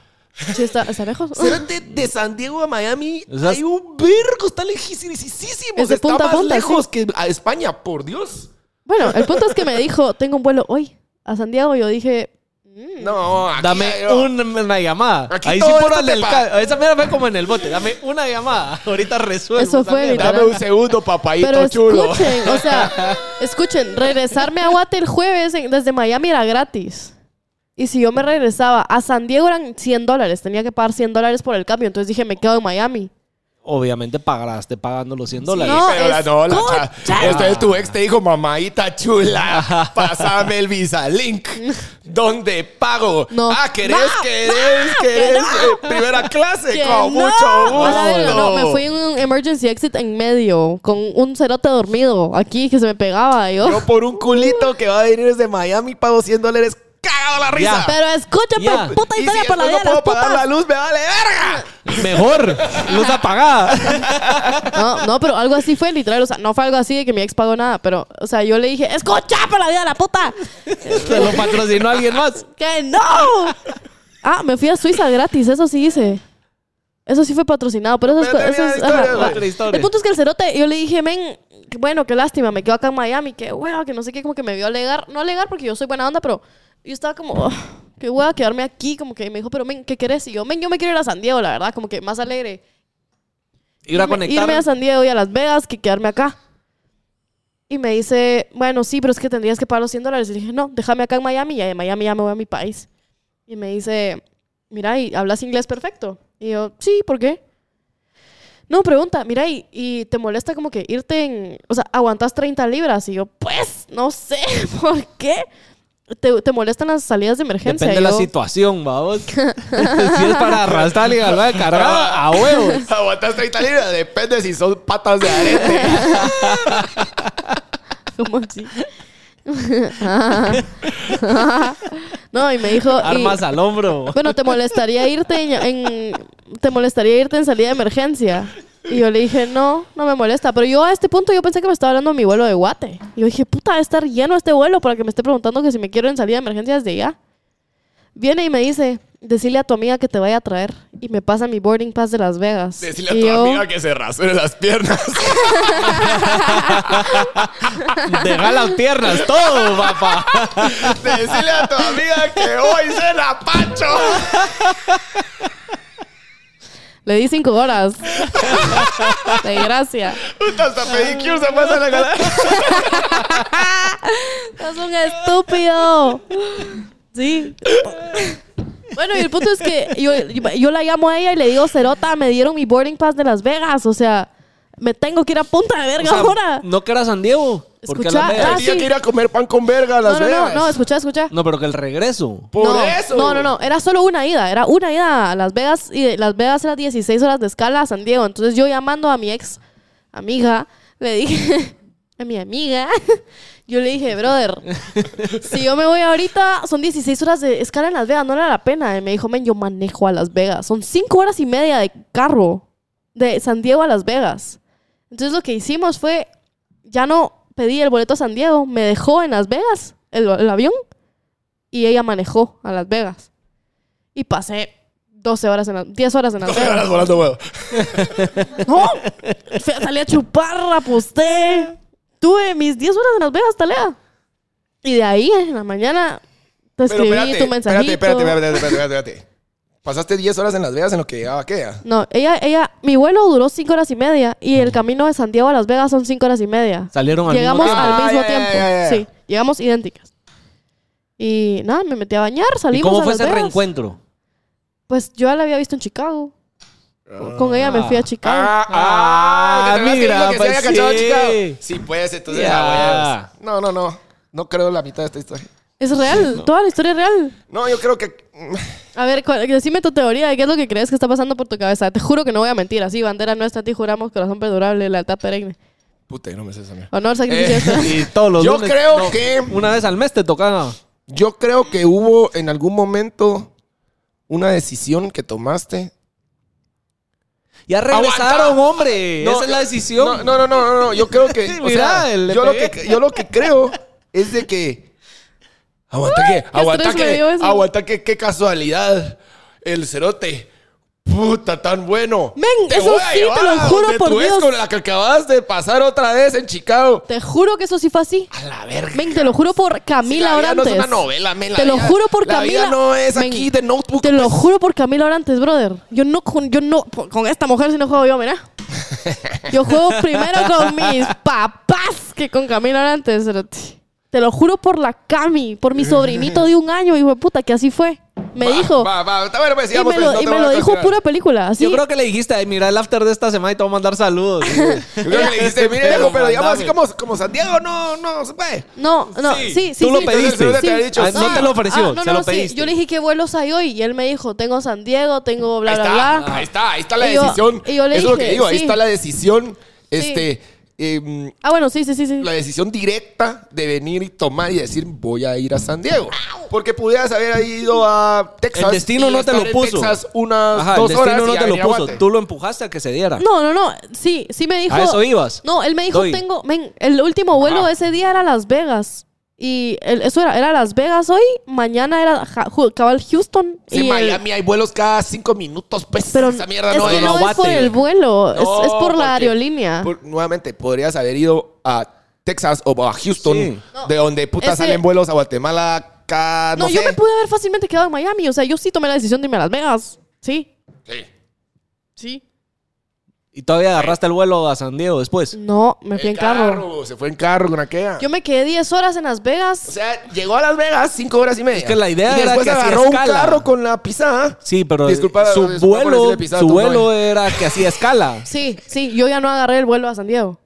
S2: Sí, está, está lejos.
S1: Pero de, de San Diego a Miami
S3: O sea,
S1: hay un vergo, está lejísimo.
S2: Es de
S1: Está
S2: punta a
S1: más
S2: punta,
S1: lejos que a España, por Dios.
S2: Bueno, el punto es que me dijo, tengo un vuelo hoy a San Diego. Yo dije, mm,
S1: No, aquí
S3: Dame
S1: hay- oh, no.
S3: un- una llamada.
S1: Aquí
S3: Ahí sí
S1: todo esto
S3: por
S1: te
S3: el
S1: pa-
S3: ca- Esa mierda fue como en el bote. Dame una llamada. Ahorita resuelvo.
S2: Eso
S3: esa
S2: fue
S3: mierda.
S2: literal.
S1: Dame un segundo, papayito
S2: pero
S1: chulo.
S2: escuchen, o sea, escuchen, regresarme a Guate el jueves en- desde Miami era gratis. Y si yo me regresaba a San Diego eran 100 dólares, tenía que pagar 100 dólares por el cambio. Entonces dije, me quedo en Miami.
S3: Obviamente pagarás, te pagando los 100 dólares.
S2: No,
S1: pero la no, la
S2: escucha.
S1: cha- este es tu ex te dijo, mamadita chula, pásame el Visa Link. ¿Dónde pago?
S2: No.
S1: Ah, ¿querés,
S2: No,
S1: querés, querés eh, primera clase?
S2: Que
S1: Con
S2: no.
S1: mucho gusto.
S2: A la verga, no, me fui en un emergency exit en medio, con un cerote dormido aquí que se me pegaba. y Yo.
S1: Yo por un culito que va a venir desde Miami pago 100 dólares cagado la risa.
S2: Pero escucha,
S3: Ya.
S2: pues, puta
S1: Y
S2: historia
S1: si
S2: por la
S1: después
S2: vida de
S1: no
S2: las
S1: puedo pagar
S2: putas.
S1: la luz, me vale verga.
S3: Mejor. Luz apagada.
S2: No, no, pero algo así fue literal. O sea, no fue algo así de que mi ex pagó nada, pero, o sea, yo le dije, escucha por la vida de la puta.
S3: Te lo patrocinó alguien más.
S2: ¡Que no! Ah, me fui a Suiza gratis, eso sí hice. Eso sí fue patrocinado, pero eso,
S1: Pero tenía
S2: es... eso es-
S1: historia,
S2: ajá,
S1: güey.
S2: ajá.
S3: Otra historia.
S2: El punto es que el cerote, yo le dije, men, bueno, qué lástima, me quedo acá en Miami, qué hueva, que no sé qué, como que me vio alegar. No alegar porque yo soy buena onda, pero yo estaba como, "Ugh, qué hueva quedarme aquí, como que me dijo, pero men, ¿qué querés? Y yo, men, yo me quiero ir a San Diego, la verdad, como que más alegre.
S3: Ir a
S2: Irme-
S3: conectar.
S2: Irme a San Diego y a Las Vegas que quedarme acá. Y me dice, bueno, sí, pero es que tendrías que pagar los 100 dólares. Y le dije, no, déjame acá en Miami y de Miami ya me voy a mi país. Y me dice, mira, ¿y hablas inglés perfecto? Y yo, sí, ¿por qué? No, pregunta, mira, ¿y, y te molesta como que irte en, o sea, aguantas 30 libras? Y yo, pues, no sé, ¿por qué? ¿Te, te molestan las salidas de emergencia?
S3: Depende de
S2: Y
S3: la
S2: yo,
S3: situación, vamos. si es para arrastrar a alguien a la de cargada, a huevos.
S1: Aguantas 30 libras, depende si son patas de arete.
S2: ¿Cómo así? Ah. no, y me dijo. y-
S3: Armas al hombro.
S2: bueno, te molestaría irte en, en- Te molestaría irte en salida de emergencia. Y yo le dije, no, no me molesta. Pero yo a este punto yo pensé que me estaba hablando de mi vuelo de guate. Y yo dije, puta, va a estar lleno este vuelo para que me esté preguntando que si me quiero en salida de emergencia desde ya. Viene y me dice, decile a tu amiga que te vaya a traer. Y me pasa mi boarding pass de Las Vegas.
S1: Decirle a
S2: Y
S1: tu
S2: yo-
S1: amiga que se rasure las piernas.
S3: Deja las piernas, todo, papá.
S1: Decirle a tu amiga que hoy cena Pancho.
S2: Le di cinco horas. de gracia.
S1: Puta, hasta pedicure se pasan a ganar.
S2: ¡Sos un estúpido! Sí. Bueno, y el punto es que yo, yo la llamo a ella y le digo, Cerota, me dieron mi boarding pass de Las Vegas. O sea, me tengo que ir a punta de
S3: O
S2: verga
S3: sea,
S2: ahora.
S3: no que era San Diego. Porque a Las
S2: Escucha,
S3: Vegas.
S2: ah,
S1: Tenía
S2: sí.
S1: que ir a comer pan con verga a Las
S2: No, no, no,
S1: Vegas.
S2: no, escucha, escucha.
S3: No, pero que el regreso.
S1: Por
S2: no,
S1: eso.
S2: No, no, no. Era solo una ida. Era una ida a Las Vegas y de Las Vegas era 16 horas de escala a San Diego. Entonces yo llamando a mi ex amiga, le dije, a mi amiga, yo le dije, brother, si yo me voy ahorita, son 16 horas de escala en Las Vegas, no era la pena. Y me dijo, men, yo manejo a Las Vegas. Son 5 horas y media de carro de San Diego a Las Vegas. Entonces lo que hicimos fue, ya no pedí el boleto a San Diego, me dejó en Las Vegas el- el avión y ella manejó a Las Vegas. Y pasé 12 horas en la, 10 horas en la peda.
S1: volando huevo.
S2: ¡No! Fui a- Salí a chupar, aposté. Tuve mis 10 horas en Las Vegas, talea. Y de ahí, en la mañana, te
S1: Pero
S2: escribí
S1: espérate,
S2: tu mensajito.
S1: espérate, espérate, espérate, espérate, espérate, espérate. Pasaste 10 horas en Las Vegas en lo que llegaba Ah, aquella.
S2: No, ella, ella, mi vuelo duró 5 horas y media y el camino de Santiago a Las Vegas son 5 horas y media.
S3: Salieron al
S2: Llegamos
S3: mismo tiempo.
S1: tiempo.
S2: al mismo
S1: Ah, ya,
S2: tiempo.
S1: ya, ya, ya.
S2: Sí, llegamos idénticas. Y nada, me metí a bañar,
S3: ¿Y
S2: salimos
S3: cómo
S2: a
S3: fue
S2: Las
S3: ese
S2: Vegas.
S3: reencuentro?
S2: Pues yo ya la había visto en Chicago. Con ella me fui
S1: Ah.
S2: a Chicago.
S3: Ah,
S1: que te acuerdas que
S3: mira,
S1: dijo que se
S3: pues
S1: había cachado
S3: sí.
S1: Chicago. Sí, pues, entonces
S3: Ya.
S1: ah, bueno. No, no, no. No creo la mitad de esta historia.
S2: Es real, toda la historia es real.
S1: No, yo creo que. mm,
S2: A ver, cu- decime tu teoría de qué es lo que crees que está pasando por tu cabeza. Te juro que no voy a mentir. Así, bandera nuestra, a ti juramos corazón perdurable, lealtad perenne.
S1: Puta, yo no me sé esa mierda.
S2: Honor, sacrificio.
S1: Eh,
S2: extra.
S3: Y todos los
S1: Yo
S3: lunes-
S1: creo que-
S3: Una vez al mes te tocaba.
S1: Yo creo que hubo en algún momento una decisión que tomaste.
S3: ¡Ya regresaron,
S1: ¡Aguanta!
S3: hombre!
S1: No,
S3: Esa es la
S1: No,
S3: decisión.
S1: no, no, no, no, no, Yo creo que. o
S3: Mira,
S1: sea,
S3: le
S1: yo, lo
S3: pegué.
S1: que yo lo que creo es de que. Aguanta que. Aguanta
S2: estrés me
S1: que.
S2: dio eso.
S1: Aguanta que. Qué casualidad. El cerote. Puta, tan bueno.
S2: Men, eso
S1: voy a
S2: sí, te
S1: llevar
S2: lo
S1: a
S2: juro
S1: donde
S2: por
S1: tu ex
S2: Dios.
S1: con la que acabas de pasar otra vez en Chicago.
S2: Te juro que eso sí fue así.
S1: A la verga.
S2: Men, te lo juro por
S1: Si
S2: Camila
S1: la vida no
S2: Orantes.
S1: es una novela, men, la
S2: Te lo
S1: vida-
S2: juro por
S1: la vida
S2: Camila.
S1: no es
S2: Men,
S1: aquí de notebook.
S2: Te lo
S1: pues.
S2: juro por Camila Orantes, brother. Yo no, con- yo no, por- con esta mujer si no juego yo, mira. Yo juego primero con mis papás que con Camila Orantes. cerote. Te lo juro por la Cami, por mi sobrinito de un año, hijo de puta, que así fue. Me
S1: Va,
S2: dijo.
S1: Va, va, está bueno, pues,
S2: y
S1: sigamos,
S2: me lo,
S1: pues, no
S2: y
S1: te
S2: me
S1: voy a
S2: lo dijo
S1: cuestionar.
S2: pura película. Así.
S3: Yo creo que le dijiste, ay, mira el after de esta semana y te voy a mandar saludos.
S1: Yo creo
S3: Este,
S1: que le dijiste, mire, viejo, pero digamos así
S3: Mandame.
S1: como, como Santiago, no, no se puede.
S2: No, no, sí, sí, sí.
S3: Tú lo pediste.
S1: Entonces, el cerote te había dicho,
S3: Ah, no
S1: sí.
S3: te lo ofreció,
S2: Ah, no,
S3: se
S2: no,
S3: lo
S2: sí.
S3: pediste.
S2: Yo le dije qué vuelos hay hoy y él me dijo, tengo San Diego, tengo bla,
S1: ahí
S2: bla,
S1: está,
S2: bla.
S1: ahí está, ahí está la
S2: Y yo-
S1: decisión.
S2: y yo le
S1: Eso es lo que
S2: dije,
S1: digo, ahí
S2: sí.
S1: está la decisión, este, em,
S2: Ah, bueno, sí, sí, sí, sí.
S1: la decisión directa de venir y tomar y decir, voy a ir a San Diego. Porque pudieras haber ido a Texas.
S3: El destino
S1: y
S3: no te
S1: estar
S3: lo
S1: en
S3: puso.
S1: Texas unas
S3: Ajá,
S1: dos
S3: el destino
S1: horas
S3: no
S1: y
S3: te
S1: a
S3: lo puso.
S1: Guanajuato.
S3: Tú lo empujaste a que se
S1: Ah.
S3: diera.
S2: No, no, no. Sí, sí me dijo.
S3: ¿A eso ibas?
S2: No, él me dijo,
S3: Doy.
S2: tengo. Men, el último vuelo
S1: Ajá.
S2: ese día era Las Vegas. Y el- eso era, era Las Vegas hoy, mañana era Ja- Ju- cabal Houston.
S1: Sí,
S2: y
S1: en
S2: el-
S1: Miami hay vuelos cada cinco minutos, pues.
S2: pero
S1: esa mierda
S2: es
S1: no
S2: que
S1: es.
S2: no
S3: no
S2: es por
S3: bate.
S2: el vuelo, es,
S1: No,
S2: es por
S1: porque-
S2: la aerolínea.
S1: por- nuevamente, podrías haber ido a Texas o a Houston,
S3: Sí.
S2: No,
S1: de donde puta
S2: ese-
S1: salen vuelos a Guatemala, acá, no,
S2: no, yo
S1: sé.
S2: me pude haber fácilmente quedado en Miami. O sea, yo sí tomé la decisión de irme a Las Vegas. Sí,
S1: Sí.
S2: sí.
S3: Y todavía agarraste el vuelo a San Diego después.
S2: No, me fui
S1: El
S2: en carro.
S1: carro, Se fue en carro con aquella.
S2: Yo me quedé 10 horas en Las
S1: O
S2: Vegas.
S1: sea, llegó a Las Vegas cinco horas y media. Es
S3: que la idea
S1: y
S3: era
S1: después
S3: que hacía
S1: agarró un
S3: escala.
S1: carro con la pisada.
S3: Sí, pero
S1: Disculpa,
S3: su
S1: disculpa por
S3: vuelo,
S1: decirle pisado,
S3: su
S1: tú,
S3: vuelo
S1: Brian.
S3: era que hacía escala.
S2: Sí, sí, yo ya no agarré el vuelo a San Diego.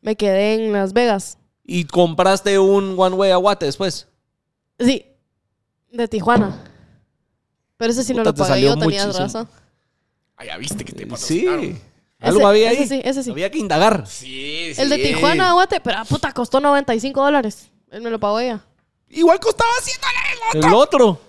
S2: Me quedé en Las Vegas.
S3: Y compraste un One Way a Guate después.
S2: Sí, de Tijuana. Pero ese sí no
S3: Puta,
S2: lo
S3: te
S2: pagué
S3: salió
S2: yo, tenías
S3: muchísimo.
S2: razón.
S1: Ah, ya viste que te
S3: Eh, Sí.
S1: patrocinaron.
S3: Algo
S2: Ese-
S3: había
S2: ese
S3: ahí.
S2: sí, ese sí.
S3: Había que indagar.
S1: Sí, sí.
S2: El de Tijuana, aguate, pero ah, puta, costó 95 dólares. Él me lo pagó ella.
S1: Igual costaba 100 dólares. ¿no?
S3: El otro.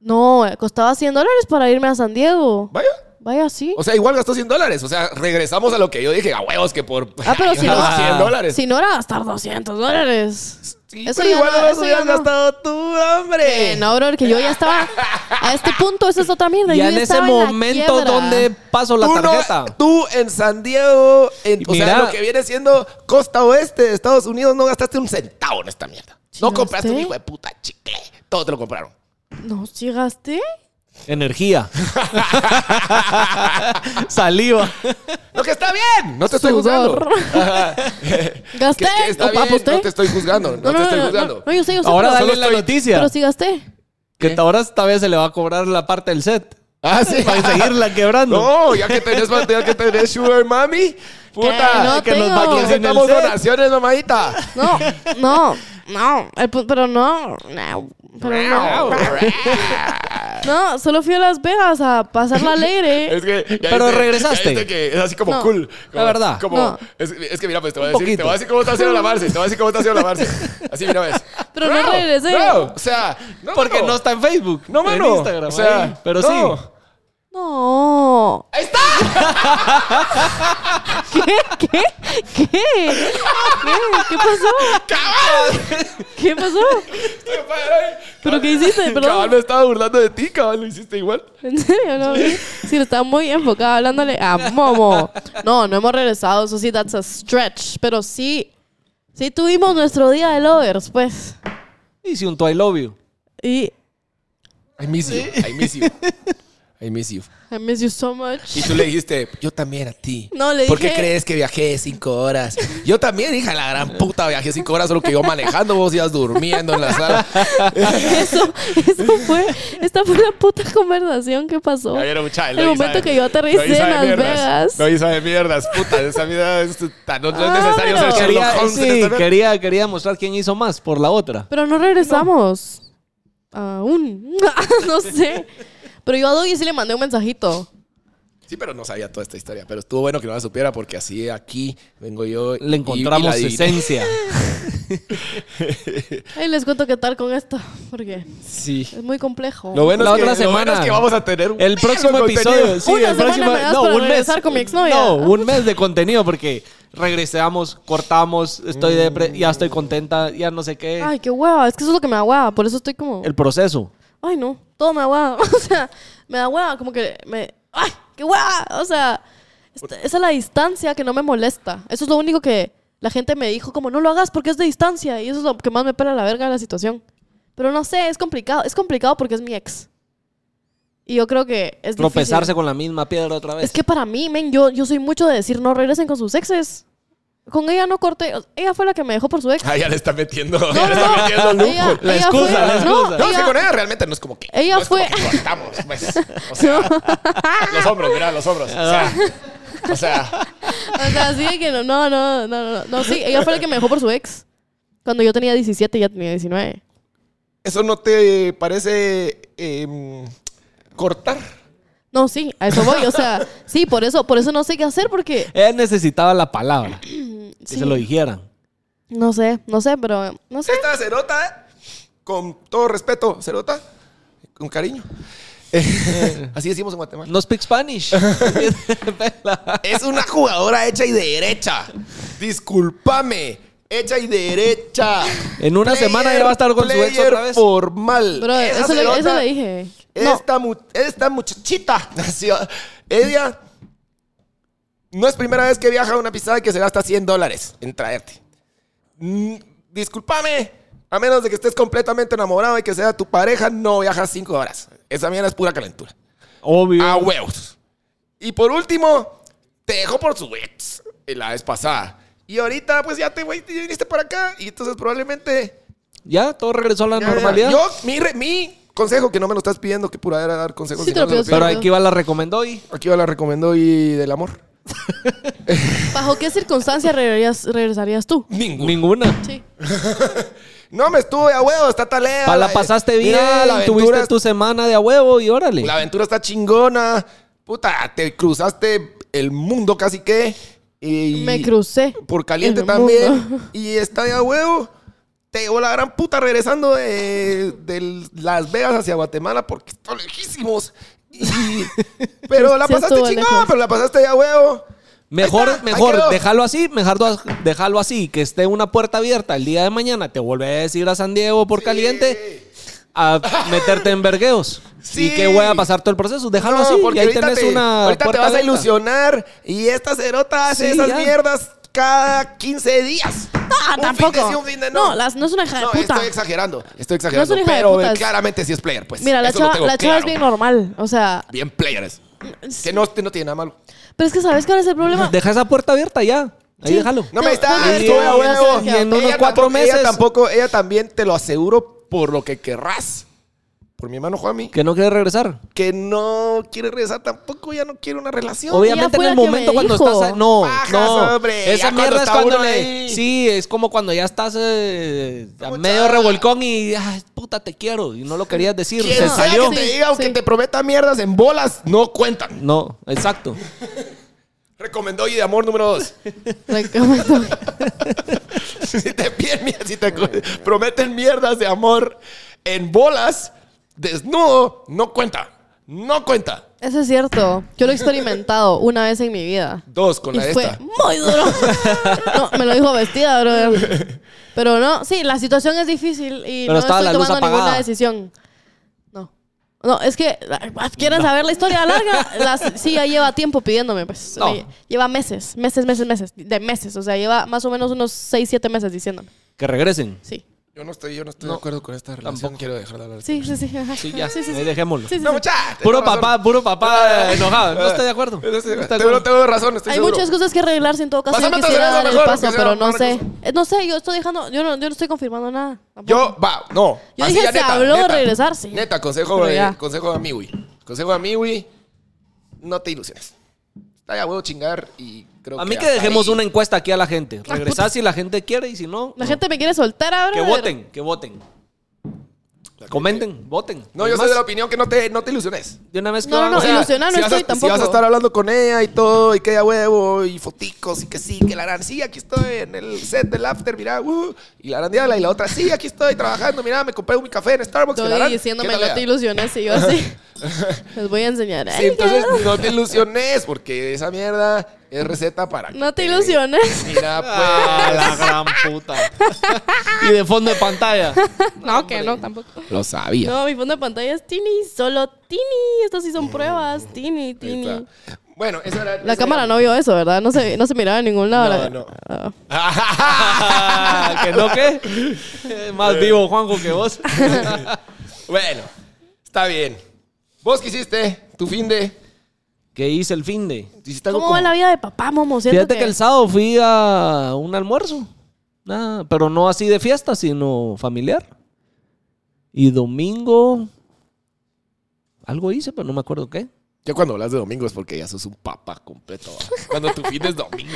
S2: No, eh, costaba 100 dólares para irme a San Diego.
S1: Vaya.
S2: Vaya, sí.
S1: O sea, igual gastó 100 dólares. O sea, regresamos a lo que yo dije, a huevos que por.
S2: Ah, pero si no-
S1: 100 dólares.
S2: Si no era gastar 200 dólares.
S1: Sí,
S2: Eso
S1: pero
S2: ya
S1: igual
S2: no,
S1: no los
S2: eso ya
S1: hubieras
S2: no.
S1: gastado tú, hombre.
S2: Eh, no, brother, que yo ya estaba. A este punto, esa es otra mierda.
S3: Y
S2: yo
S3: en ese
S2: estaba la
S3: momento
S2: quiebra.
S3: donde paso la
S1: tú, no-
S3: tarjeta.
S1: tú en San Diego, en, o sea,
S3: Mira.
S1: lo que viene siendo costa oeste de Estados Unidos, no gastaste un centavo en esta mierda.
S2: Sí,
S1: No compraste
S2: gasté.
S1: un hijo de puta chicle. Todo te lo compraron.
S2: No, ¿sí gasté?
S3: Energía. Saliva.
S1: Lo que está bien. No te estoy juzgando.
S2: Sudor.
S1: Ajá.
S2: ¿Gasté?
S1: Que- que está
S2: ¿O
S1: bien,
S2: aposté?
S1: No te estoy juzgando. No, te estoy juzgando.
S2: no, yo sé, yo sé.
S3: Ahora
S2: pero,
S3: dale la
S2: pero
S3: noticia.
S2: sí gasté.
S3: Que ahora esta vez se le va a cobrar la parte del set.
S1: Ah, sí.
S3: Para seguirla quebrando.
S1: No, ya que tenés, ya que tenés Sugar Mami. Puta,
S2: Que Eh, no
S1: que nos
S2: tengo.
S1: aceptamos
S3: Pues En el set.
S1: donaciones, mamadita.
S2: No, no, no. El pu- pero no, no. Pero no. No, solo fui a Las Vegas a pasarla alegre.
S1: Es que, ya
S3: Pero
S1: viste-
S3: regresaste.
S1: ya viste que es así como
S2: No,
S1: cool. Como-
S3: la verdad.
S1: Como,
S2: No.
S1: es, es que mira, pues te voy a
S3: Un
S1: decir, te
S3: poquito.
S1: voy a decir cómo está haciendo la Marce. Te voy a decir cómo está haciendo la Marce. Así, mira, ves.
S2: Pero no regresé.
S1: No, o sea, no,
S3: Porque
S1: mano.
S3: no está en Facebook.
S1: No,
S3: en
S1: mano.
S3: Instagram.
S1: o sea,
S3: ahí. Pero
S1: no.
S3: sí.
S2: No.
S1: ¡Ahí está!
S2: ¿Qué? ¿Qué? ¿Qué? ¿Qué? ¿Qué pasó?
S1: ¡Cabal!
S2: ¿Qué pasó? ¿Pero qué hiciste?
S1: Cabal
S2: Perdón.
S1: me estaba burlando de ti, cabal, lo hiciste igual.
S2: ¿En serio? No, vi. sí, lo estaba muy enfocado hablándole a Momo. No, no hemos regresado. Eso sí, that's a stretch. Pero sí, sí tuvimos nuestro día de lovers, pues.
S3: Hice un I love you.
S2: Y
S1: I miss you, I miss you. I miss you.
S2: I miss you so much.
S1: Y tú le dijiste, yo también a ti.
S2: No, le
S1: ¿Por qué
S2: dije-
S1: crees que viajé cinco horas? Yo también, hija, de la gran puta, viajé cinco horas, solo que yo manejando, vos ibas durmiendo en la sala.
S2: Eso, eso fue, esta fue la puta conversación que pasó.
S1: mucha,
S2: El momento que yo aterricé en Las Vegas.
S1: Lo hizo de mierdas, puta. Esa vida es, ta- no, no
S2: Ah,
S1: es necesario
S2: pero-
S1: ser Sherlock
S3: Quería, eh,
S1: Holmes. en
S3: sí,
S1: esta-
S3: quería, quería mostrar quién hizo más por la otra.
S2: Pero no regresamos. Aún. no sé. Pero yo a Doggy sí le mandé un mensajito.
S1: Sí, pero no sabía toda esta historia. Pero estuvo bueno que no la supiera porque así aquí vengo yo. y- y
S3: Le encontramos
S1: la
S3: su
S1: adiviné.
S3: esencia.
S2: Ahí les cuento qué tal con esto, porque
S3: Sí.
S2: es muy complejo.
S1: Lo bueno,
S3: La
S1: es que,
S3: otra
S1: lo bueno es
S3: semana.
S1: que vamos a tener un vergo
S3: El
S1: de
S3: próximo
S1: contenido.
S3: episodio. Sí,
S2: Una
S3: el
S2: semana
S3: próximo.
S2: me das
S3: No,
S2: para
S3: un mes.
S2: regresar con mi exnovia.
S3: No, un mes de contenido porque regresamos, cortamos, estoy depre- ya estoy contenta, ya no sé qué.
S2: Ay, qué hueva, es que eso es lo que me da hueva, por eso estoy como...
S3: El proceso.
S2: Ay, no, todo me da hueva. O sea, me da hueva, como que me... Ay, qué hueva. O sea, esta- esa es la distancia que no me molesta. Eso es lo único que la gente me dijo, como no lo hagas porque es de distancia. Y eso es lo que más me pela la verga de la situación. Pero no sé, es complicado. Es complicado porque es mi ex. Y yo creo que es difícil.
S3: Tropezarse con la misma piedra otra vez.
S2: Es que para mí, men, yo, yo soy mucho de decir no regresen con sus exes. Con ella no corté. o- Ella fue la que me dejó por su ex.
S1: Ah, ya le está metiendo.
S2: No,
S1: ya le está metiendo
S2: no, no.
S1: lujo.
S2: Ella,
S3: La
S2: ella
S3: excusa,
S2: fue-
S3: la
S2: no,
S3: excusa.
S1: No, es que
S2: ella-
S1: con ella realmente no es como que.
S2: Ella
S1: no es como
S2: fue- Ah.
S1: que cortamos, pues. O sea, los hombros, mira, los hombros. O sea,
S3: Ah.
S1: o sea,
S2: O sea, sí, que no, no, no, no, no, no. No, sí, ella fue la que me dejó por su ex. Cuando yo tenía 17 y ella tenía 19.
S1: ¿eso no te parece em, cortar?
S2: No, sí, a eso voy. O sea, sí, por eso, por eso no sé qué hacer porque...
S3: Ella necesitaba la palabra, que
S2: sí,
S3: se lo dijeran.
S2: No sé, no sé, pero... No sé.
S1: Esta cerota, ¿eh? con todo respeto, cerota, con cariño. Eh, así decimos en Guatemala.
S3: No speak Spanish.
S1: Es una jugadora hecha y derecha. Discúlpame. Hecha y derecha.
S3: En una semana ya va a estar con su ex
S1: player
S3: otra vez.
S1: Formal.
S2: Bro,
S1: Esa
S2: eso, le, eso
S1: cerota-
S2: le dije. No,
S1: Esta, mu- esta muchachita. nació- Ella. No es primera vez que viaja a una pisada que se gasta 100 dólares en traerte. Mm, discúlpame. A menos de que estés completamente enamorado y que sea tu pareja, no viajas 5 horas. Esa mierda es pura calentura.
S3: Obvio.
S1: A huevos. Y por último, te dejó por su ex eh, la vez pasada. Y ahorita, pues ya te güey, te viniste para acá. Y entonces probablemente
S3: ya, todo regresó a la
S1: ya, ya.
S3: normalidad.
S1: Yo, mi, re- mi consejo, que no me lo estás pidiendo, que pura era dar consejos.
S2: Sí,
S1: si
S2: te
S1: no
S2: lo
S1: me
S2: pido,
S3: Pero aquí va la recomendó y
S1: Aquí yo la recomiendo y del amor.
S2: ¿bajo qué circunstancias regresarías, regresarías tú?
S3: ninguna.
S2: Sí.
S1: No me estuve a huevo, está talea.
S3: Pa- la pasaste bien,
S1: Mira, la aventura,
S3: tuviste tu semana de a huevo y órale.
S1: la aventura está chingona. Puta, te cruzaste el mundo casi que. Y
S2: Me crucé.
S1: Por caliente
S2: el mundo.
S1: también. Y está de a huevo. Te llevó la gran puta regresando de, de Las Vegas hacia Guatemala porque está lejísimos. Y- pero la
S2: Sí
S1: pasaste
S2: estuvo
S1: chingona,
S2: lejos.
S1: pero la pasaste de a huevo.
S3: Mejor,
S1: Ahí está, ahí
S3: mejor,
S1: quedó.
S3: déjalo así, mejalo, déjalo así, que esté una puerta abierta el día de mañana, te vuelves a ir a San Diego por caliente a meterte en vergueos.
S1: Sí.
S3: Y que voy a pasar todo el proceso, déjalo
S1: No,
S3: así, y ahí
S1: ahorita
S3: tenés
S1: te-
S3: una
S1: Ahorita te
S3: puerta
S1: vas a
S3: abierta.
S1: ilusionar y esta cerota hace
S3: Sí,
S1: esas
S3: ya.
S1: mierdas cada 15 días.
S2: Ah,
S1: Un
S2: tampoco.
S1: fin de sí, un fin de no.
S2: las, no es una hija de
S1: No,
S2: puta.
S1: estoy exagerando, estoy exagerando,
S2: hija de
S1: pero
S2: putas.
S1: claramente sí es player, pues.
S2: Mira, la
S1: Eso lo
S2: chava,
S1: tengo
S2: la chava es
S1: claro.
S2: bien Mm, normal. O sea,
S1: Bien player es. Que no, no tiene nada malo.
S2: pero es que ¿sabes cuál es el problema?
S3: Deja esa puerta abierta ya, ahí
S2: Sí.
S3: déjalo.
S1: No
S2: No,
S1: me está,
S2: no, no,
S1: estuve
S2: no,
S1: a
S2: no,
S1: huevo.
S2: no, no,
S3: en unos
S1: Ella
S3: cuatro
S1: tampoco- Ella
S3: meses.
S1: tampoco, ella también te lo aseguro por lo que querrás. Por mi hermano Juanmi.
S3: Que no quiere regresar.
S1: Que no quiere regresar tampoco, ya no quiere una relación.
S3: Obviamente en
S2: fue
S3: el
S2: la que me
S3: momento cuando
S2: dijo.
S3: estás... No,
S1: Bajas,
S3: no.
S1: hombre, ya
S3: Esa
S1: cuando
S3: mierda es
S1: está
S3: cuando
S1: uno
S3: le-
S1: ahí.
S3: Sí, es como cuando ya estás eh, a
S1: Mucha-
S3: medio revolcón y... Ay, puta, te quiero. Y no lo querías decir.
S1: Quien
S3: Se
S1: sea
S3: salió.
S1: que te
S2: Sí,
S1: diga, aunque
S2: sí.
S1: te prometa mierdas en bolas, no cuentan.
S3: No, exacto.
S1: Recomendó y de amor número dos.
S2: Recomiendo.
S1: si te piden mierda, si te co- prometen mierdas de amor en bolas, desnudo, no cuenta. No cuenta.
S2: Eso es cierto. Yo lo he experimentado una vez en mi vida.
S1: Dos con
S2: Y
S1: la de
S2: fue
S1: esta.
S2: muy duro. No, me lo dijo vestida, brother. Pero no, sí, la situación es difícil y
S3: Pero
S2: no
S3: estaba
S2: estoy
S3: la luz
S2: tomando ninguna
S3: apagada.
S2: decisión. No. No, es que ah, quieren saber la historia larga. La- sí, ya lleva tiempo pidiéndome, pues.
S3: No.
S2: Me- Lleva meses, meses, meses, meses. De meses. O sea, lleva más o menos unos 6, 7 meses diciéndome.
S3: Que regresen.
S2: Sí.
S1: Yo no estoy, yo no estoy
S3: No,
S1: de acuerdo con esta relación.
S3: tampoco.
S1: Quiero dejar de hablar.
S2: Sí, sí, sí. ajá.
S3: Pues, Sí, ya.
S2: Sí, sí,
S3: ahí
S2: sí.
S3: dejémoslo.
S2: Sí, sí,
S1: No,
S2: sí.
S1: muchacha.
S3: Puro
S1: tengo razón.
S3: papá, puro papá eh, enojado. No estoy de acuerdo.
S1: No estoy de
S3: No estoy de
S1: Tengo,
S3: acuerdo.
S1: tengo razón, estoy
S2: Hay
S1: seguro.
S2: muchas cosas que arreglarse en todo caso.
S1: Pasame
S2: Yo
S1: otra
S2: quisiera
S1: vez,
S2: dar el
S1: mejor,
S2: paso,
S1: que sea
S2: pero
S1: una
S2: no sé.
S1: cosa.
S2: Eh, No sé, yo estoy dejando. Yo no, yo no estoy confirmando nada. tampoco.
S1: Yo, va, no.
S2: Yo
S1: Así
S2: dije,
S1: ya
S2: se
S1: neta,
S2: habló de
S1: neta.
S2: regresar, sí.
S1: Neta, consejo
S2: Pero
S1: de,
S2: ya.
S1: consejo de Miwi. Consejo de Miwi, no te ilusiones. Está ya huevo chingar y creo
S3: A mí que
S1: hasta
S3: dejemos
S1: ahí- Ah,
S3: una encuesta aquí a la gente. Regresás si la gente quiere y si no,
S2: La
S3: no.
S2: gente me quiere soltar ahora.
S3: que voten, que voten. Comenten, voten.
S1: No,
S3: Es
S1: yo
S3: más,
S1: soy de la opinión que no te, no te ilusiones.
S3: de una vez que
S2: No, no,
S3: vamos
S2: no,
S3: a-
S2: ilusionar no
S1: si vas a-
S2: estoy tampoco.
S1: Si vas a estar hablando con ella y todo, y que ella huevo, y foticos, y que sí, que la harán, sí, aquí estoy en el set del after, mira, uh, y la harán diabla, y la otra, sí, aquí estoy trabajando, mira, me compré mi café en Starbucks, que la
S2: Estoy
S1: harán.
S2: diciéndome,
S1: ¿Qué tal
S2: no te
S1: ella?
S2: ilusiones y yo así. Les voy a enseñar.
S1: Sí,
S2: Ay,
S1: entonces
S2: ya.
S1: no te ilusiones, porque esa mierda es receta para.
S2: No te
S1: ilusiones.
S2: ilusiones.
S1: Mira,
S3: Ah,
S1: pues.
S3: la gran puta. y de fondo de pantalla.
S2: No, que no, tampoco.
S1: Lo sabía.
S2: No, mi fondo de pantalla es Tini, solo Tini. Estas sí son pruebas. Tini, Tini.
S1: Mm, Ahí está. Bueno, esa era.
S2: La cámara no vio eso, ¿verdad? No se, no se miraba en ningún lado.
S1: No,
S2: la-
S1: no.
S2: Ah.
S1: Ah,
S3: Ah, que no que más vivo Juanjo que vos.
S1: Bueno, está bien. ¿Vos qué hiciste? ¿Tu fin de?
S3: ¿Qué hice el fin de?
S1: ¿Hiciste algo
S2: ¿Cómo va
S1: como-
S2: la vida de papá, Momo? Siento
S3: Fíjate que el sábado fui a un almuerzo. Nada, pero no así de fiesta, sino familiar. Y domingo algo hice, pero no me acuerdo qué.
S1: Ya cuando hablas de domingo es porque ya sos un papá completo. ¿va? Cuando tu fin es domingo.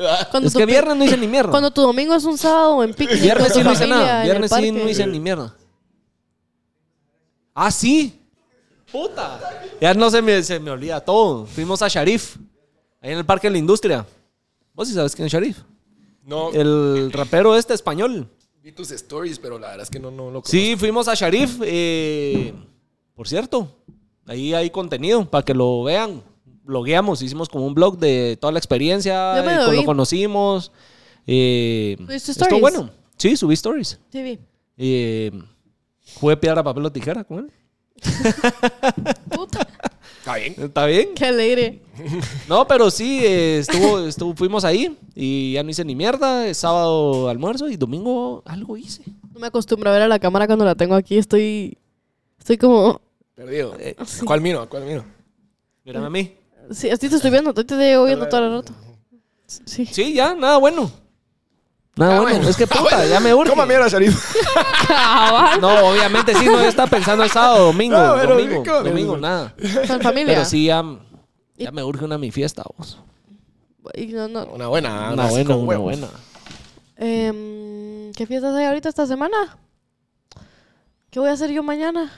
S1: ¿va?
S2: Cuando
S3: es
S2: tu
S3: que
S2: pi-
S3: viernes no hice ni mierda.
S2: Cuando tu domingo es un sábado en picnic.
S3: Viernes
S2: con
S3: sí
S2: tu
S3: no hice
S2: familia Pues en
S3: nada.
S2: el
S3: Viernes sí no
S2: parque.
S3: hice ni mierda. Ah, sí. Puta. Ya no se me, se me olvida todo. Fuimos a Sharif. Ahí en el Parque de la Industria. Vos sí sabes quién es Sharif.
S1: No,
S3: El rapero este español.
S1: vi tus stories, pero la verdad es que no, no lo conozco.
S3: Sí, fuimos a Sharif. eh, por cierto, ahí hay contenido para que lo vean. Blogueamos, hicimos como un blog de toda la experiencia,
S2: Yo me
S3: eh,
S2: lo
S3: con lo
S2: vi.
S3: conocimos. Eh,
S2: ¿Subiste
S3: estuvo
S2: stories?
S3: bueno. Sí, subí stories.
S2: Sí, vi.
S3: Eh, jugué piedra, papel o tijera con él.
S2: Puta.
S1: Está bien.
S3: ¿Está bien?
S2: Qué alegre.
S3: No, pero sí, eh, estuvo, estuvo, fuimos ahí y ya no hice ni mierda. eh, Sábado almuerzo y domingo algo hice.
S2: No me acostumbro a ver a la cámara cuando la tengo aquí. Estoy. Estoy como.
S1: Perdido.
S3: Eh,
S1: ¿A ¿Cuál miro? ¿A ¿Cuál miro?
S3: Mírame a mí.
S2: Sí, así te estoy viendo. Te te llevo viendo todo el rato. Sí.
S3: Sí, ya, nada bueno. Nada
S1: Ah,
S3: bueno.
S1: bueno.
S3: Es que puta, ya me urge.
S1: ¿Cómo mierda, Sharif?
S2: Cabal.
S3: No, obviamente sí, no, yo estaba pensando el sábado, domingo,
S1: No, pero,
S3: domingo,
S1: ¿cómo?
S3: domingo, nada.
S2: Con familia.
S3: Pero sí, ya, ya me urge una mi fiesta, vos.
S2: Y no, no.
S1: Una buena.
S3: Una
S1: así
S3: buena,
S1: con
S3: una
S1: huevos.
S3: buena.
S2: Em, ¿Qué fiestas hay ahorita esta semana? ¿Qué voy a hacer yo mañana?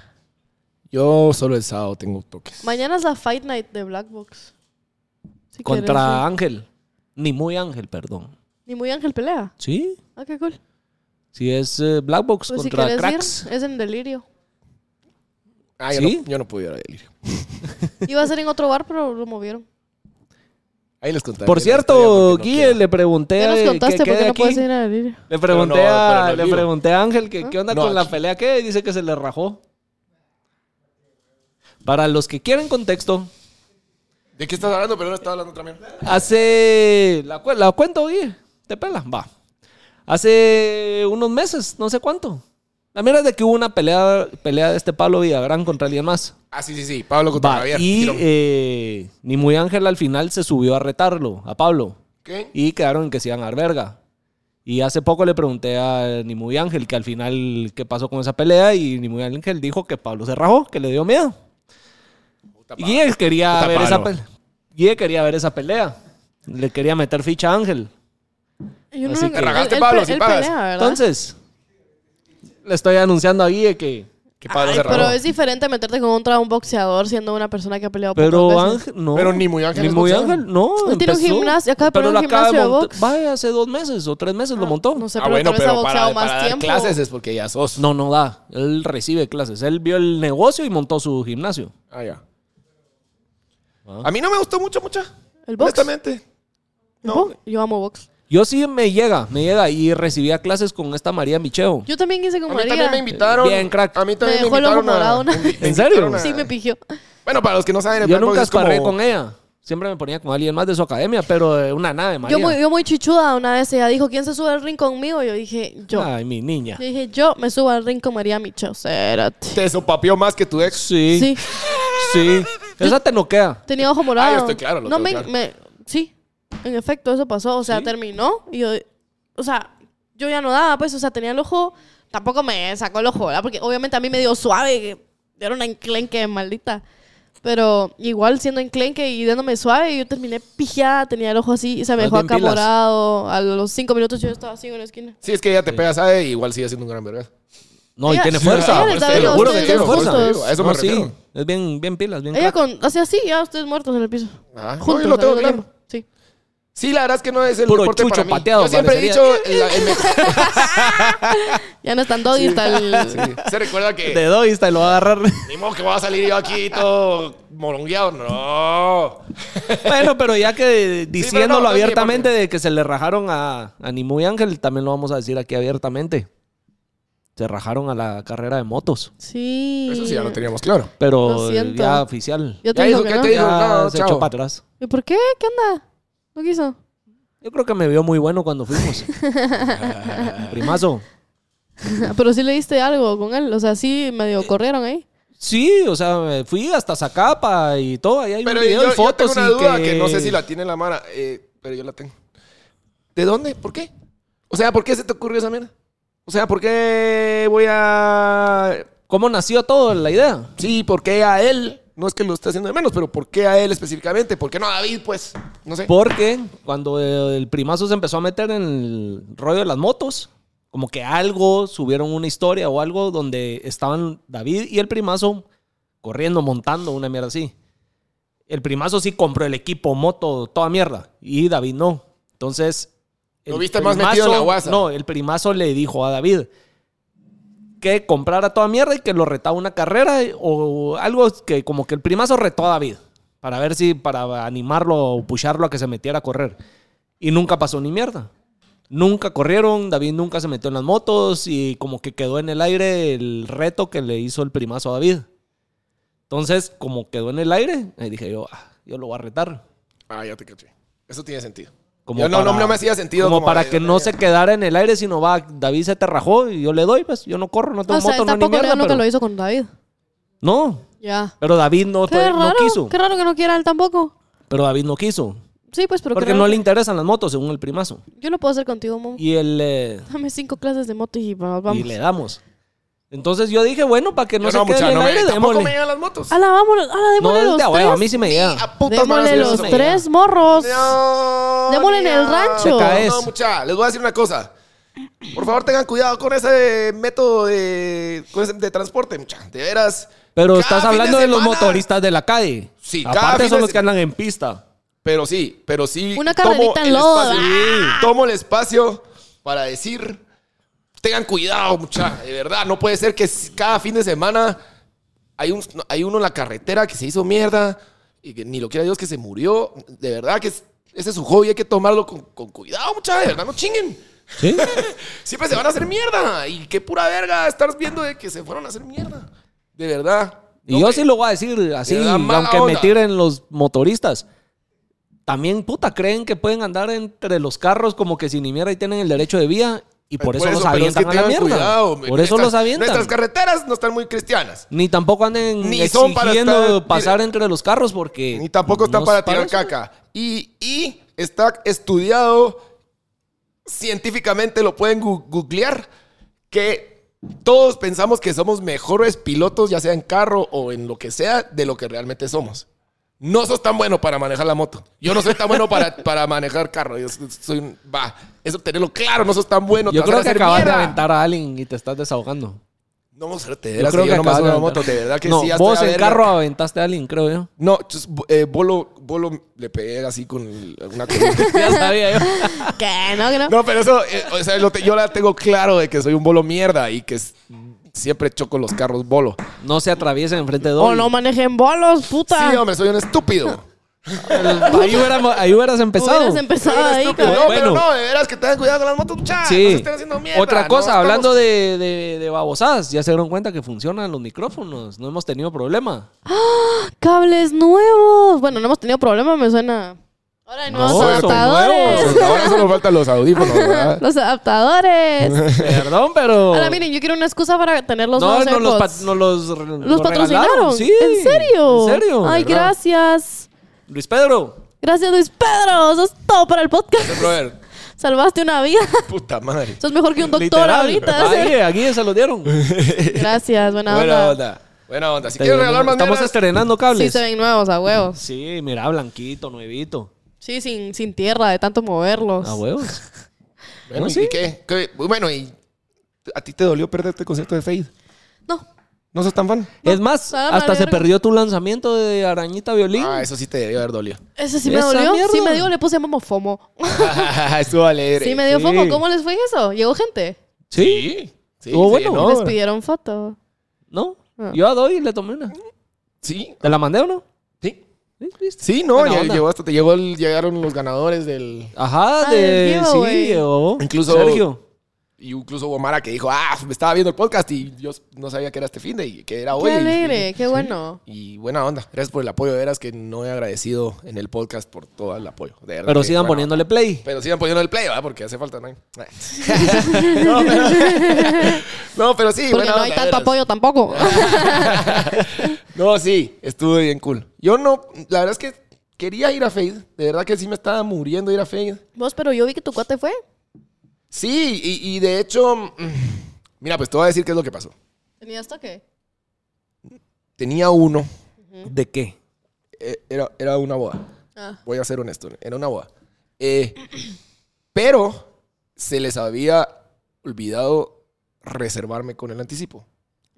S1: Yo solo el sábado tengo toques.
S2: Mañana es la Fight Night de Black Box. Si quieres,
S3: Contra
S2: sí.
S3: Ángel. Ni muy Ángel, perdón.
S2: Ni muy Ángel pelea.
S3: ¿Sí?
S2: Ah, qué cool.
S3: Sí, es eh, Black Box
S2: Pues si
S3: Pues contra
S2: quieres
S3: Cracks.
S2: ir, es en delirio.
S1: Ah, yo,
S3: ¿Sí?
S1: no, yo no pude ir a delirio.
S2: Iba a ser en otro bar, pero lo movieron.
S1: Ahí les contaré.
S3: Por
S1: la historia
S3: cierto,
S1: porque no
S3: Guille,
S1: quiero.
S3: le pregunté
S2: Ya nos
S3: eh,
S2: contaste
S3: que
S2: por qué
S3: quede
S2: no
S3: aquí.
S2: puedes ir ¿Ah? a delirio.
S3: Le pregunté,
S1: Pero no,
S3: a,
S1: pero no
S3: le
S1: vivo.
S3: pregunté a Ángel que qué onda
S1: No,
S3: con la
S1: aquí.
S3: pelea que y dice que se le rajó. Para los que quieren contexto,
S1: ¿De qué estás hablando? Pero no estaba hablando otra mierda.
S3: Hace. La, cu- la cuento, oye. Te pela. Va. Hace unos meses, no sé cuánto. La mierda es de que hubo una pelea, pelea de este Pablo Villagrán contra alguien más.
S1: Ah, sí, sí, sí. Pablo contra
S3: Va,
S1: Javier.
S3: y
S1: Tirón.
S3: eh, ni muy ángel al final se subió a retarlo, a Pablo.
S1: ¿Qué?
S3: Y quedaron en que se iban a dar verga. Y hace poco le pregunté a ni muy Ángel que al final qué pasó con esa pelea y ni muy Ángel dijo que Pablo se rajó, que le dio miedo.
S1: Puta
S3: Y
S1: madre.
S3: Guille quería
S1: Puta
S3: ver esa
S1: palo.
S3: pelea. Guille quería ver esa pelea. Le quería meter ficha a Ángel.
S2: Yo
S3: Así
S2: me-
S3: que-
S2: él-
S1: Ragaste,
S2: él
S1: Pablo,
S2: pe-
S1: si
S2: él
S1: pagas.
S2: pelea, ¿verdad?
S3: Entonces, le estoy anunciando a Guille que
S1: Qué padre
S2: Ay,
S1: se
S2: pero
S1: rajó.
S2: es diferente meterte contra un boxeador siendo una persona que ha peleado pocas
S3: Pero
S2: veces.
S3: Ángel, no.
S1: Pero ni muy Ángel
S3: Ni
S1: es
S3: muy
S1: boxeador.
S3: Ángel, no.
S2: Él tiene un
S3: empezó,
S2: gimnasio, acaba de
S3: pero
S2: poner un
S3: lo acaba
S2: gimnasio de
S3: monta-
S2: box.
S3: Vaya, hace dos meses o tres meses lo montó.
S2: No sé,
S1: Ah,
S2: pero
S1: bueno,
S2: tal vez ha
S1: pero para,
S2: boxeado
S1: para
S2: más
S1: dar
S2: tiempo.
S1: clases es porque ya sos.
S3: No, no da. Él recibe clases. Él vio el negocio y montó su gimnasio.
S1: Ah, ya. A mí no me gustó mucho, mucha.
S2: ¿El box?
S1: Honestamente. No.
S2: Box. Yo amo box.
S3: Yo sí me llega, me llega y recibía clases con esta María Micheo.
S2: Yo también quise
S1: A
S2: como
S1: mí también me
S2: María.
S1: invitaron.
S3: Bien, crack.
S1: A mí
S2: Me
S1: también me,
S2: dejó el ojo
S1: invitaron.
S2: morado.
S1: A,
S2: una-
S1: me
S3: ¿En serio?
S1: invitaron a-
S2: Sí, me pigió.
S1: Bueno, para los que no saben, el
S3: Yo
S1: Black Box
S3: nunca
S1: es como-
S3: esparré con ella. Siempre me ponía con alguien más de su academia, pero eh, una nada de María.
S2: Yo muy, yo muy chichuda una vez. Ella dijo, ¿quién se sube al ring conmigo? Yo dije, yo.
S1: Ah.
S3: Ay, mi niña.
S2: Yo dije, yo me subo al ring con María Micho. Cérate.
S1: Te sopapeó más que tu ex.
S3: Sí, sí.
S2: Sí.
S3: Esa te noquea.
S2: Tenía ojo morado.
S1: Ah, yo estoy claro, lo
S2: No
S1: tengo
S2: me,
S1: claro.
S2: me- sí. En efecto, eso pasó. O sea,
S3: ¿Sí?
S2: terminó y yo, o sea, yo ya no daba, pues, o sea, tenía el ojo. Tampoco me sacó el ojo, ¿verdad? Porque obviamente a mí me dio suave. que Era una enclenque maldita. Pero igual siendo enclenque y dándome suave, yo terminé pijada, tenía el ojo así, y se me
S3: Más
S2: dejó
S3: bien
S2: acá
S3: pilas.
S2: morado. A los cinco minutos yo estaba así en la esquina.
S1: Sí, es que ella te pega, ¿sabe? Igual sigue siendo un gran verga.
S3: No, y
S2: Ella-
S3: tiene
S2: sí,
S3: fuerza.
S2: ella les da
S3: Te lo
S2: a
S3: juro que
S2: ustedes
S3: tiene
S2: los
S3: fuerza.
S2: gustos.
S1: A eso me
S3: No, sí.
S1: refiero.
S3: Es bien, bien pilas, bien
S2: Ella
S3: crack.
S2: con, hace así, ya ustedes muertos en el piso.
S1: Ah, no,
S2: Juntos,
S1: yo lo
S2: al
S1: tengo
S2: mismo
S1: claro.
S2: tiempo. Sí.
S1: Sí, la verdad es que no es el
S3: Puro
S1: deporte
S3: chucho
S1: para mí.
S3: pateado,
S1: Yo siempre he dicho...
S3: parecería.
S1: la- el me-
S2: Ya no están doggy, está el.
S1: Se recuerda
S3: Te
S1: que...
S3: doy, te lo va a agarrar.
S1: Ni modo que voy a salir yo aquí todo morongueado. No.
S3: Bueno, pero ya que diciéndolo
S1: no, no, sí,
S3: abiertamente
S1: porque-
S3: de que se le rajaron a, a Nimu y Ángel, también lo vamos a decir aquí abiertamente. Se rajaron a la carrera de motos,
S2: Sí.
S1: Eso sí, ya lo teníamos claro.
S2: Lo
S3: pero
S2: siento.
S3: ya oficial.
S2: Ya te
S1: Ya dijo
S2: dijo que
S1: que
S2: no.
S1: te- digo,
S3: Ya
S1: no,
S3: se
S1: chao.
S3: echó para atrás.
S2: ¿Y por qué? ¿Qué onda? ¿No quiso?
S3: Yo creo que me vio muy bueno cuando fuimos. Primazo.
S2: Pero sí le diste algo con él. O sea, sí
S3: Eh,
S2: medio corrieron ahí.
S3: Sí, o sea, me fui hasta Zacapa y todo. Ahí hay
S1: Pero
S3: un video
S1: yo,
S3: y
S1: yo
S3: fotos.
S1: tengo una
S3: y
S1: duda que... no sé si la tiene la Mara, eh, pero yo la tengo. ¿De dónde? ¿Por qué? O sea, ¿por qué se te ocurrió esa mierda? O sea, ¿por qué voy a...
S3: ¿Cómo nació todo la idea?
S1: Sí, ¿por qué a él? No es que lo esté haciendo de menos, pero ¿por qué a él específicamente? ¿Por qué no a David, pues? No sé.
S3: Porque cuando eh, el primazo se empezó a meter en el rollo de las motos, como que algo, subieron una historia o algo donde estaban David y el primazo corriendo, montando, una mierda así. El primazo sí compró el equipo, moto, toda mierda. Y David no. Entonces.
S1: Lo
S3: el
S1: viste más metido en la guasa.
S3: No, el primazo le dijo a David que comprara toda mierda y que lo retaba una carrera o algo que como que el primazo retó a David para ver si, para animarlo o pusharlo a que se metiera a correr. Y nunca pasó ni mierda. Nunca corrieron, David nunca se metió en las motos y como que quedó en el aire el reto que le hizo el primazo a David. Entonces, como quedó en el aire, ahí dije yo, "Ah, yo lo voy a retar.
S1: Ah, ya te caché. Eso tiene sentido.
S3: Como
S1: Yo no,
S3: para-
S1: no, no me hacía sentido.
S3: Como, para
S1: de-
S3: que no se quedara en el aire, sino va, David se te rajó y yo le doy, pues yo no corro, no tengo
S2: o sea,
S3: moto,
S2: él
S3: no ni
S2: tampoco
S3: mierda.
S2: nunca
S3: pero-
S2: lo hizo con David.
S3: No,
S2: Ya.
S3: pero David no,
S2: Qué
S3: fue- no
S2: raro.
S3: quiso.
S2: Qué raro que no quiera él tampoco.
S3: Pero David no quiso.
S2: Sí, pues, pero qué
S3: Porque
S2: raro
S3: no le
S2: que-
S3: interesan las motos, según el primazo.
S2: Yo no puedo hacer contigo, Momo.
S3: Y el... eh,
S2: Dame cinco clases de moto y vamos.
S3: y le damos. Entonces yo dije, bueno, para que
S1: Yo
S3: no
S1: No,
S3: se
S1: no,
S3: quede
S1: mucha,
S3: en el
S1: no me,
S3: aire,
S1: tampoco
S3: démosle.
S1: me llegan las motos.
S2: ¡Hala, vámonos! ¡Hala,
S3: No,
S2: démosle
S3: es de
S2: los
S3: a huevo, a mí
S2: tres!
S3: sí me llega.
S1: A putas
S2: ¡Démosle
S1: malas,
S2: los
S1: eso me-
S2: tres morros!
S1: No,
S2: Démosle en el
S1: niña.
S2: rancho.
S3: Te caes.
S1: No, mucha, les voy a decir una cosa. Por favor, tengan cuidado con ese método de, con ese- de transporte, mucha. De veras.
S3: Pero
S1: Cada
S3: estás
S1: fin
S3: hablando de, los
S1: semana.
S3: motoristas de la calle.
S1: Sí, cada
S3: Aparte
S1: fin
S3: son
S1: de
S3: los
S1: se-
S3: que andan en pista.
S1: Pero sí, pero sí.
S2: Una
S1: tomo
S2: carrerita en
S1: el
S2: lodo,
S1: espacio-
S2: ¡ah!
S1: Tomo el espacio para decir, tengan cuidado, mucha. De verdad, no puede ser que s- cada fin de semana hay, un, hay uno en la carretera que se hizo mierda y que ni lo quiera Dios que se murió. De verdad que es- ese es su hobby, hay que tomarlo con, con cuidado, mucha. De verdad, no chinguen.
S3: ¿Sí?
S1: Siempre se van a hacer mierda. Y qué pura verga estar viendo de que se fueron a hacer mierda. De verdad.
S3: Y
S1: No,
S3: yo
S1: que-
S3: sí lo voy a decir así,
S1: Le da mala
S3: aunque me
S1: onda.
S3: tiren los motoristas. También, puta, creen que pueden andar entre los carros como que sin ni mierda y tienen el derecho de vía y por, eso, los
S1: Eh, pero es
S3: avientan
S1: que
S3: a
S1: tengan
S3: la mierda.
S1: cuidado,
S3: por
S1: hombre.
S3: eso los
S1: Nuestras-
S3: avientan.
S1: Nuestras carreteras no están muy cristianas.
S3: Ni tampoco anden
S1: Ni son para
S3: exigiendo
S1: estar-
S3: pasar entre los carros porque...
S1: Ni tampoco están
S3: no
S1: para
S3: es
S1: tirar
S3: eso.
S1: caca. Y, y está estudiado científicamente, lo pueden gu- googlear, que todos pensamos que somos mejores pilotos, ya sea en carro o en lo que sea, de lo que realmente somos. No sos tan bueno para manejar la moto. Yo no soy tan bueno para, para manejar carro. Yo soy- soy un- va, eso tenerlo claro, no sos tan bueno. te
S3: Yo
S1: vas a
S3: creo que
S1: hacer
S3: acabas de
S1: mierda.
S3: aventar a alguien y te estás desahogando.
S1: No, suerte,
S3: Yo
S1: era
S3: creo
S1: que
S3: que
S1: yo nomás
S3: acabas de
S1: una moto,
S3: aventar.
S1: de verdad que
S3: no,
S1: sí. ya
S3: vos
S1: estoy a
S3: en
S1: verga.
S3: carro aventaste a alguien, creo yo.
S1: No, just, eh, bolo, bolo le pegué así con el- alguna columna.
S3: Ya sabía yo.
S2: ¿Qué? No, que no.
S1: No, pero eso, eh, o sea, lo te- yo la tengo claro de que soy un bolo mierda y que s- siempre choco los carros bolo.
S3: No se atraviesen enfrente de
S2: O
S3: Dolly.
S2: no manejen bolos, puta.
S1: Sí, hombre, soy un estúpido.
S3: ahí, hubiéramos- ahí hubieras empezado.
S2: Hubieras empezado
S1: Soy un
S2: ahí,
S1: estúpido.
S2: cabrón.
S1: No,
S3: Bueno.
S1: pero no, de veras que tengan cuidado con las motos, muchachos. No se
S3: Ah, Sí.
S1: estén haciendo mierda.
S3: Otra
S1: No,
S3: cosa,
S1: estamos-
S3: hablando de, de, de babosadas, ya se dieron cuenta que funcionan los micrófonos. No hemos tenido problema.
S2: Cables nuevos. Bueno, no hemos tenido problema, me suena. Ahora hay
S3: No,
S2: nuevos
S3: son
S2: adaptadores.
S3: nuevos.
S1: Ahora solo faltan los audífonos, ¿verdad?
S2: Los adaptadores.
S3: Perdón, pero.
S2: Ahora miren, yo quiero una excusa para tener los
S3: no,
S2: nuevos
S3: no los,
S2: AirPods.
S3: pat- no los, re-
S2: los
S3: regalaron.
S2: patrocinaron.
S3: Sí.
S2: ¿En serio?
S3: En serio.
S2: Ay,
S3: ¿verdad?
S2: gracias.
S3: Luis Pedro.
S2: Gracias, Luis Pedro. Eso es todo para el podcast.
S1: Brother,
S2: Salvaste una vida.
S1: puta madre.
S2: Sos mejor que un doctor
S3: literal.
S2: ahorita.
S3: Ahí, aquí se los dieron.
S2: Gracias, buena
S1: Buena
S2: onda.
S1: onda. Buena onda. Si quieres regalar más
S3: Estamos este
S1: mierdas,
S3: estrenando
S2: Sí,
S3: cables.
S2: se ven nuevos, a huevos.
S3: Sí, mira, blanquito, nuevito.
S2: Sí, sin, sin tierra, de tanto moverlos.
S3: A huevos.
S1: Bueno,
S3: Sí.
S1: ¿y qué? ¿Qué? Bueno, ¿y a ti te dolió perderte el concierto de Fade?
S2: No,
S1: ¿No sos tan fan?
S3: es más,
S2: Ah,
S3: hasta
S2: vale,
S3: se
S2: verga.
S3: perdió tu lanzamiento de Arañita Violín.
S1: Ah, eso sí te debió haber dolido.
S2: eso sí me
S3: Esa
S2: dolió.
S3: mierda.
S2: Sí me dio, le puse momofomo.
S1: Estuvo alegre.
S2: Sí me dio
S3: sí.
S2: fomo. ¿Cómo les fue eso? ¿Llegó gente?
S1: Sí. Sí,
S3: Estuvo
S1: sí,
S3: bueno.
S1: ¿no?
S3: Ah,
S2: Les
S3: bueno.
S2: pidieron foto.
S3: ¿No?
S2: Ah.
S3: Yo a Doy le tomé una.
S1: Sí.
S3: ¿Te la mandé o no?
S1: Sí.
S3: Sí, ¿Viste?
S1: Sí, no,
S3: Buena
S1: lle-
S3: onda.
S1: llegó hasta te llegó el- llegaron los ganadores del
S3: Ajá,
S2: Ah,
S3: de.
S2: del
S3: sí,
S2: giveaway.
S3: llegó.
S1: Incluso-
S3: Sergio.
S1: y incluso hubo Mara que dijo, "Ah, me estaba viendo el podcast y yo no sabía que era este fin de y que era hoy."
S2: Qué alegre, qué bueno.
S1: Y buena onda. Gracias por el apoyo, de veras que no he agradecido en el podcast por todo el apoyo. De verdad
S3: Pero
S1: que
S3: sigan
S1: buena
S3: poniéndole play.
S1: Pero sigan poniendo el play, ¿verdad? Porque hace falta, ¿no? no, pero, no, pero sí.
S2: Porque
S1: buena
S2: no hay
S1: onda, de
S2: tanto
S1: veras.
S2: apoyo tampoco.
S3: Ah.
S1: No, sí, estuvo bien cool. Yo no, la verdad es que quería ir a Fade. De verdad que sí me estaba muriendo ir a Fade.
S2: Vos, pero yo vi que tu cuate fue.
S1: Sí, y, y de hecho, mm, mira, pues te voy a decir qué es lo que pasó.
S2: ¿Tenías toque?
S1: Tenía uno,
S3: ¿De qué?
S1: eh, era, era una boda.
S2: Ah.
S1: Voy a ser honesto, era una boda. Eh, pero se les había olvidado reservarme con el anticipo.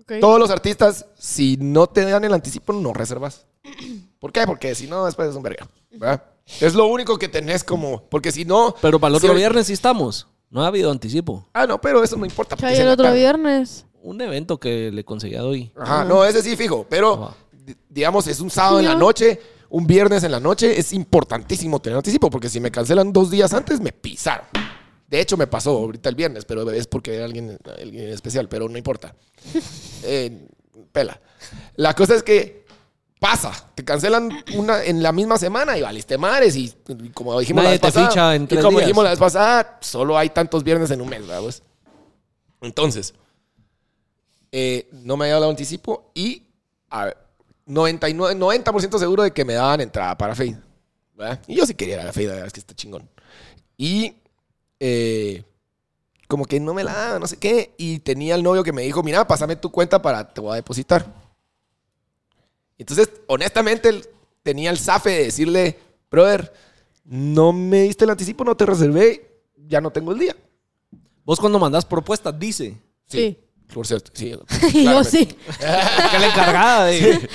S2: Ok.
S1: Todos los artistas, si no te dan el anticipo, no reservas. ¿Por qué? Porque si no, después es un verga. ¿verdad? Es lo único que tenés como. Porque si no.
S3: Pero para el otro
S1: si-
S3: viernes sí estamos. No ha habido anticipo.
S1: Ah, no, pero eso no importa.
S2: ¿Qué
S1: porque
S2: hay
S1: se
S2: el
S1: me
S2: otro
S1: acaba.
S2: viernes?
S3: Un evento que le conseguí a Doy.
S1: Ajá, no, ese sí fijo. Pero,
S3: Ajá.
S1: di- digamos, es un sábado en la
S2: Ya.
S1: noche, un viernes en la noche. Es importantísimo tener anticipo porque si me cancelan dos días antes, me pisaron. De hecho, me pasó ahorita el viernes, pero es porque era alguien, alguien especial, pero no importa. Eh, pela. La cosa es que pasa, te cancelan una en la misma semana y valiste mares y, y como dijimos
S3: Nadie
S1: la vez
S3: te
S1: pasada,
S3: ficha en
S1: y
S3: tres
S1: como
S3: días.
S1: dijimos la vez pasada, solo hay tantos viernes en un mes, ¿verdad? pues? Entonces, eh, no me había dado anticipo y a ver, 99, 90% seguro de que me daban entrada para Fade. ¿verdad? Y yo sí quería ir a la Fade, la verdad es que está chingón. Y eh, como que no me la daban, no sé qué. Y tenía el novio que me dijo, mira, pásame tu cuenta para, te voy a depositar. Entonces, honestamente, el- tenía el zafe de decirle, brother, no me diste el anticipo, no te reservé, ya no tengo el día.
S3: Vos cuando mandás propuestas, dice.
S2: Sí.
S1: Por cierto, sí.
S2: Y yo
S1: claramente.
S2: sí.
S3: Que la encargada de.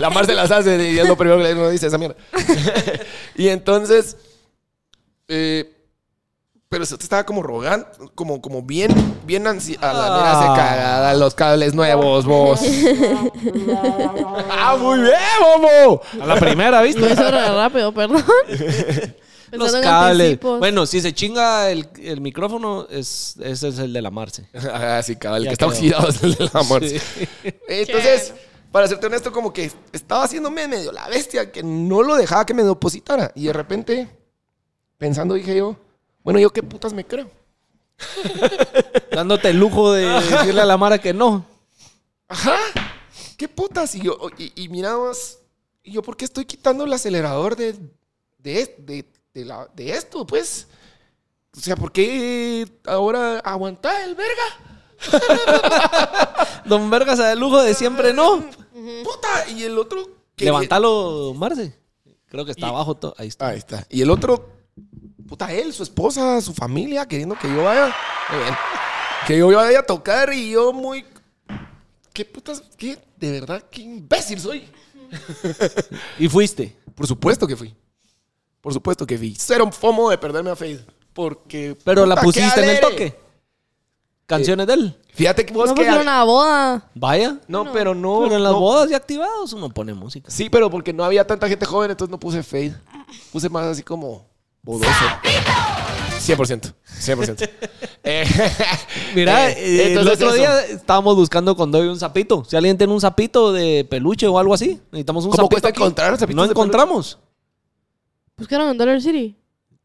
S1: La Mar se las hace y es lo primero que uno dice esa mierda. y entonces, eh, pero eso te estaba como rogando, como, como bien, bien ansi- a la mira se
S3: Ah.
S1: cagada, los cables nuevos, vos. ¡Ah, muy bien, bobo!
S3: A la primera,
S2: Lo
S3: ¿viste?
S2: hizo re rápido, perdón.
S3: Los
S2: Pensando en
S3: cables.
S2: anticipos.
S3: Bueno, si se chinga el, el micrófono, es, ese es el de la Marce.
S1: Ah, sí, cabal, el
S3: Ya
S1: que está
S3: quedó.
S1: oxidado es el del amor.
S3: Sí.
S1: Entonces, para serte honesto, como que estaba haciéndome medio la bestia, que no lo dejaba que me depositara. Y de repente, pensando, dije yo, bueno, ¿yo qué putas me creo?
S3: Dándote el lujo de decirle a la Mara que no.
S1: Ajá, ¿qué putas? Y yo, y, y miramos, y yo, ¿por qué estoy quitando el acelerador de, de, es- de- de la- de esto, pues? O sea, ¿por qué ahora aguantar el verga?
S3: Don Vergas se da el lujo de siempre no.
S1: ¡Puta! Y el otro... que-
S3: Levantalo, don Marce. Creo que está abajo. to- Ahí está.
S1: Ahí está. Y el otro, puta, él, su esposa, su familia, queriendo que yo vaya. Muy bien. Que yo vaya a tocar y yo muy. ¿Qué putas? ¿Qué? De verdad, qué imbécil soy. Ah.
S3: Y fuiste.
S1: Por supuesto que fui. Por supuesto que fui. Cero fomo de perderme a Faith. Porque.
S3: Pero la
S1: puta, qué
S3: pusiste en el
S1: alegre.
S3: toque. Canciones de él.
S1: Fíjate que vos
S2: No,
S1: que.
S2: porque era una boda.
S3: Vaya.
S1: No, pero no.
S3: Pero en las
S1: no-
S3: bodas ya activados uno pone música.
S1: Sí, pero porque no había tanta gente joven, entonces no puse fade. Puse más así como bodoso. 100%. 100%. Eh,
S3: Mira,
S1: eh,
S3: eh, el
S1: entonces
S3: otro
S1: eso.
S3: día estábamos buscando con Doy un sapito. Si alguien tiene un sapito de peluche o algo así, necesitamos un
S1: ¿Cómo
S3: sapito.
S1: cuesta
S3: aquí.
S1: encontrar zapitos
S3: No
S1: de
S3: encontramos.
S2: Buscaron en Dollar City.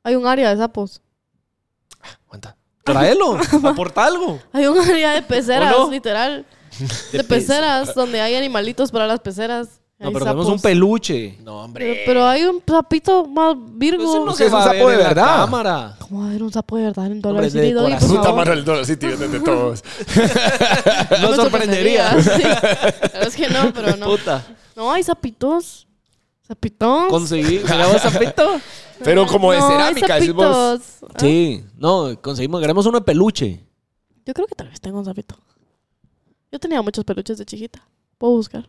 S2: Hay un área de sapos.
S1: Aguanta.
S3: Tráelo. Aporta algo.
S2: Hay un área de peceras,
S3: ¿O no?
S2: literal.
S3: De
S2: De, peceras, donde hay animalitos para las peceras.
S3: No,
S2: Hay
S3: pero tenemos un
S2: sapos.
S3: peluche.
S1: No, hombre.
S2: Pero, Eh, pero hay un sapito más virgo.
S3: Eso no
S1: se
S3: se
S1: va
S3: va
S1: a
S3: a
S1: ver en la
S3: cámara.
S2: ¿Cómo va a haber un sapo de verdad en Dollar
S3: Hombre, de
S2: City, Doggy? por
S3: corazón.
S1: Puta
S2: favor?
S1: mano el Dollar City vende de todos.
S2: No
S3: No
S2: me
S3: sorprendería.
S2: Sí. La verdad es que no, pero no.
S3: Puta.
S2: No, hay sapitos. Sapitos.
S3: Conseguí. ¿Queremos sapito?
S1: Pero como de
S2: No, hay
S1: cerámica, decís vos.
S2: sapitos.
S3: Sí. Ah. No, conseguimos. Queremos uno de peluche.
S2: Yo creo que tal vez tengo un sapito. Yo tenía muchos peluches de chiquita. Puedo buscar.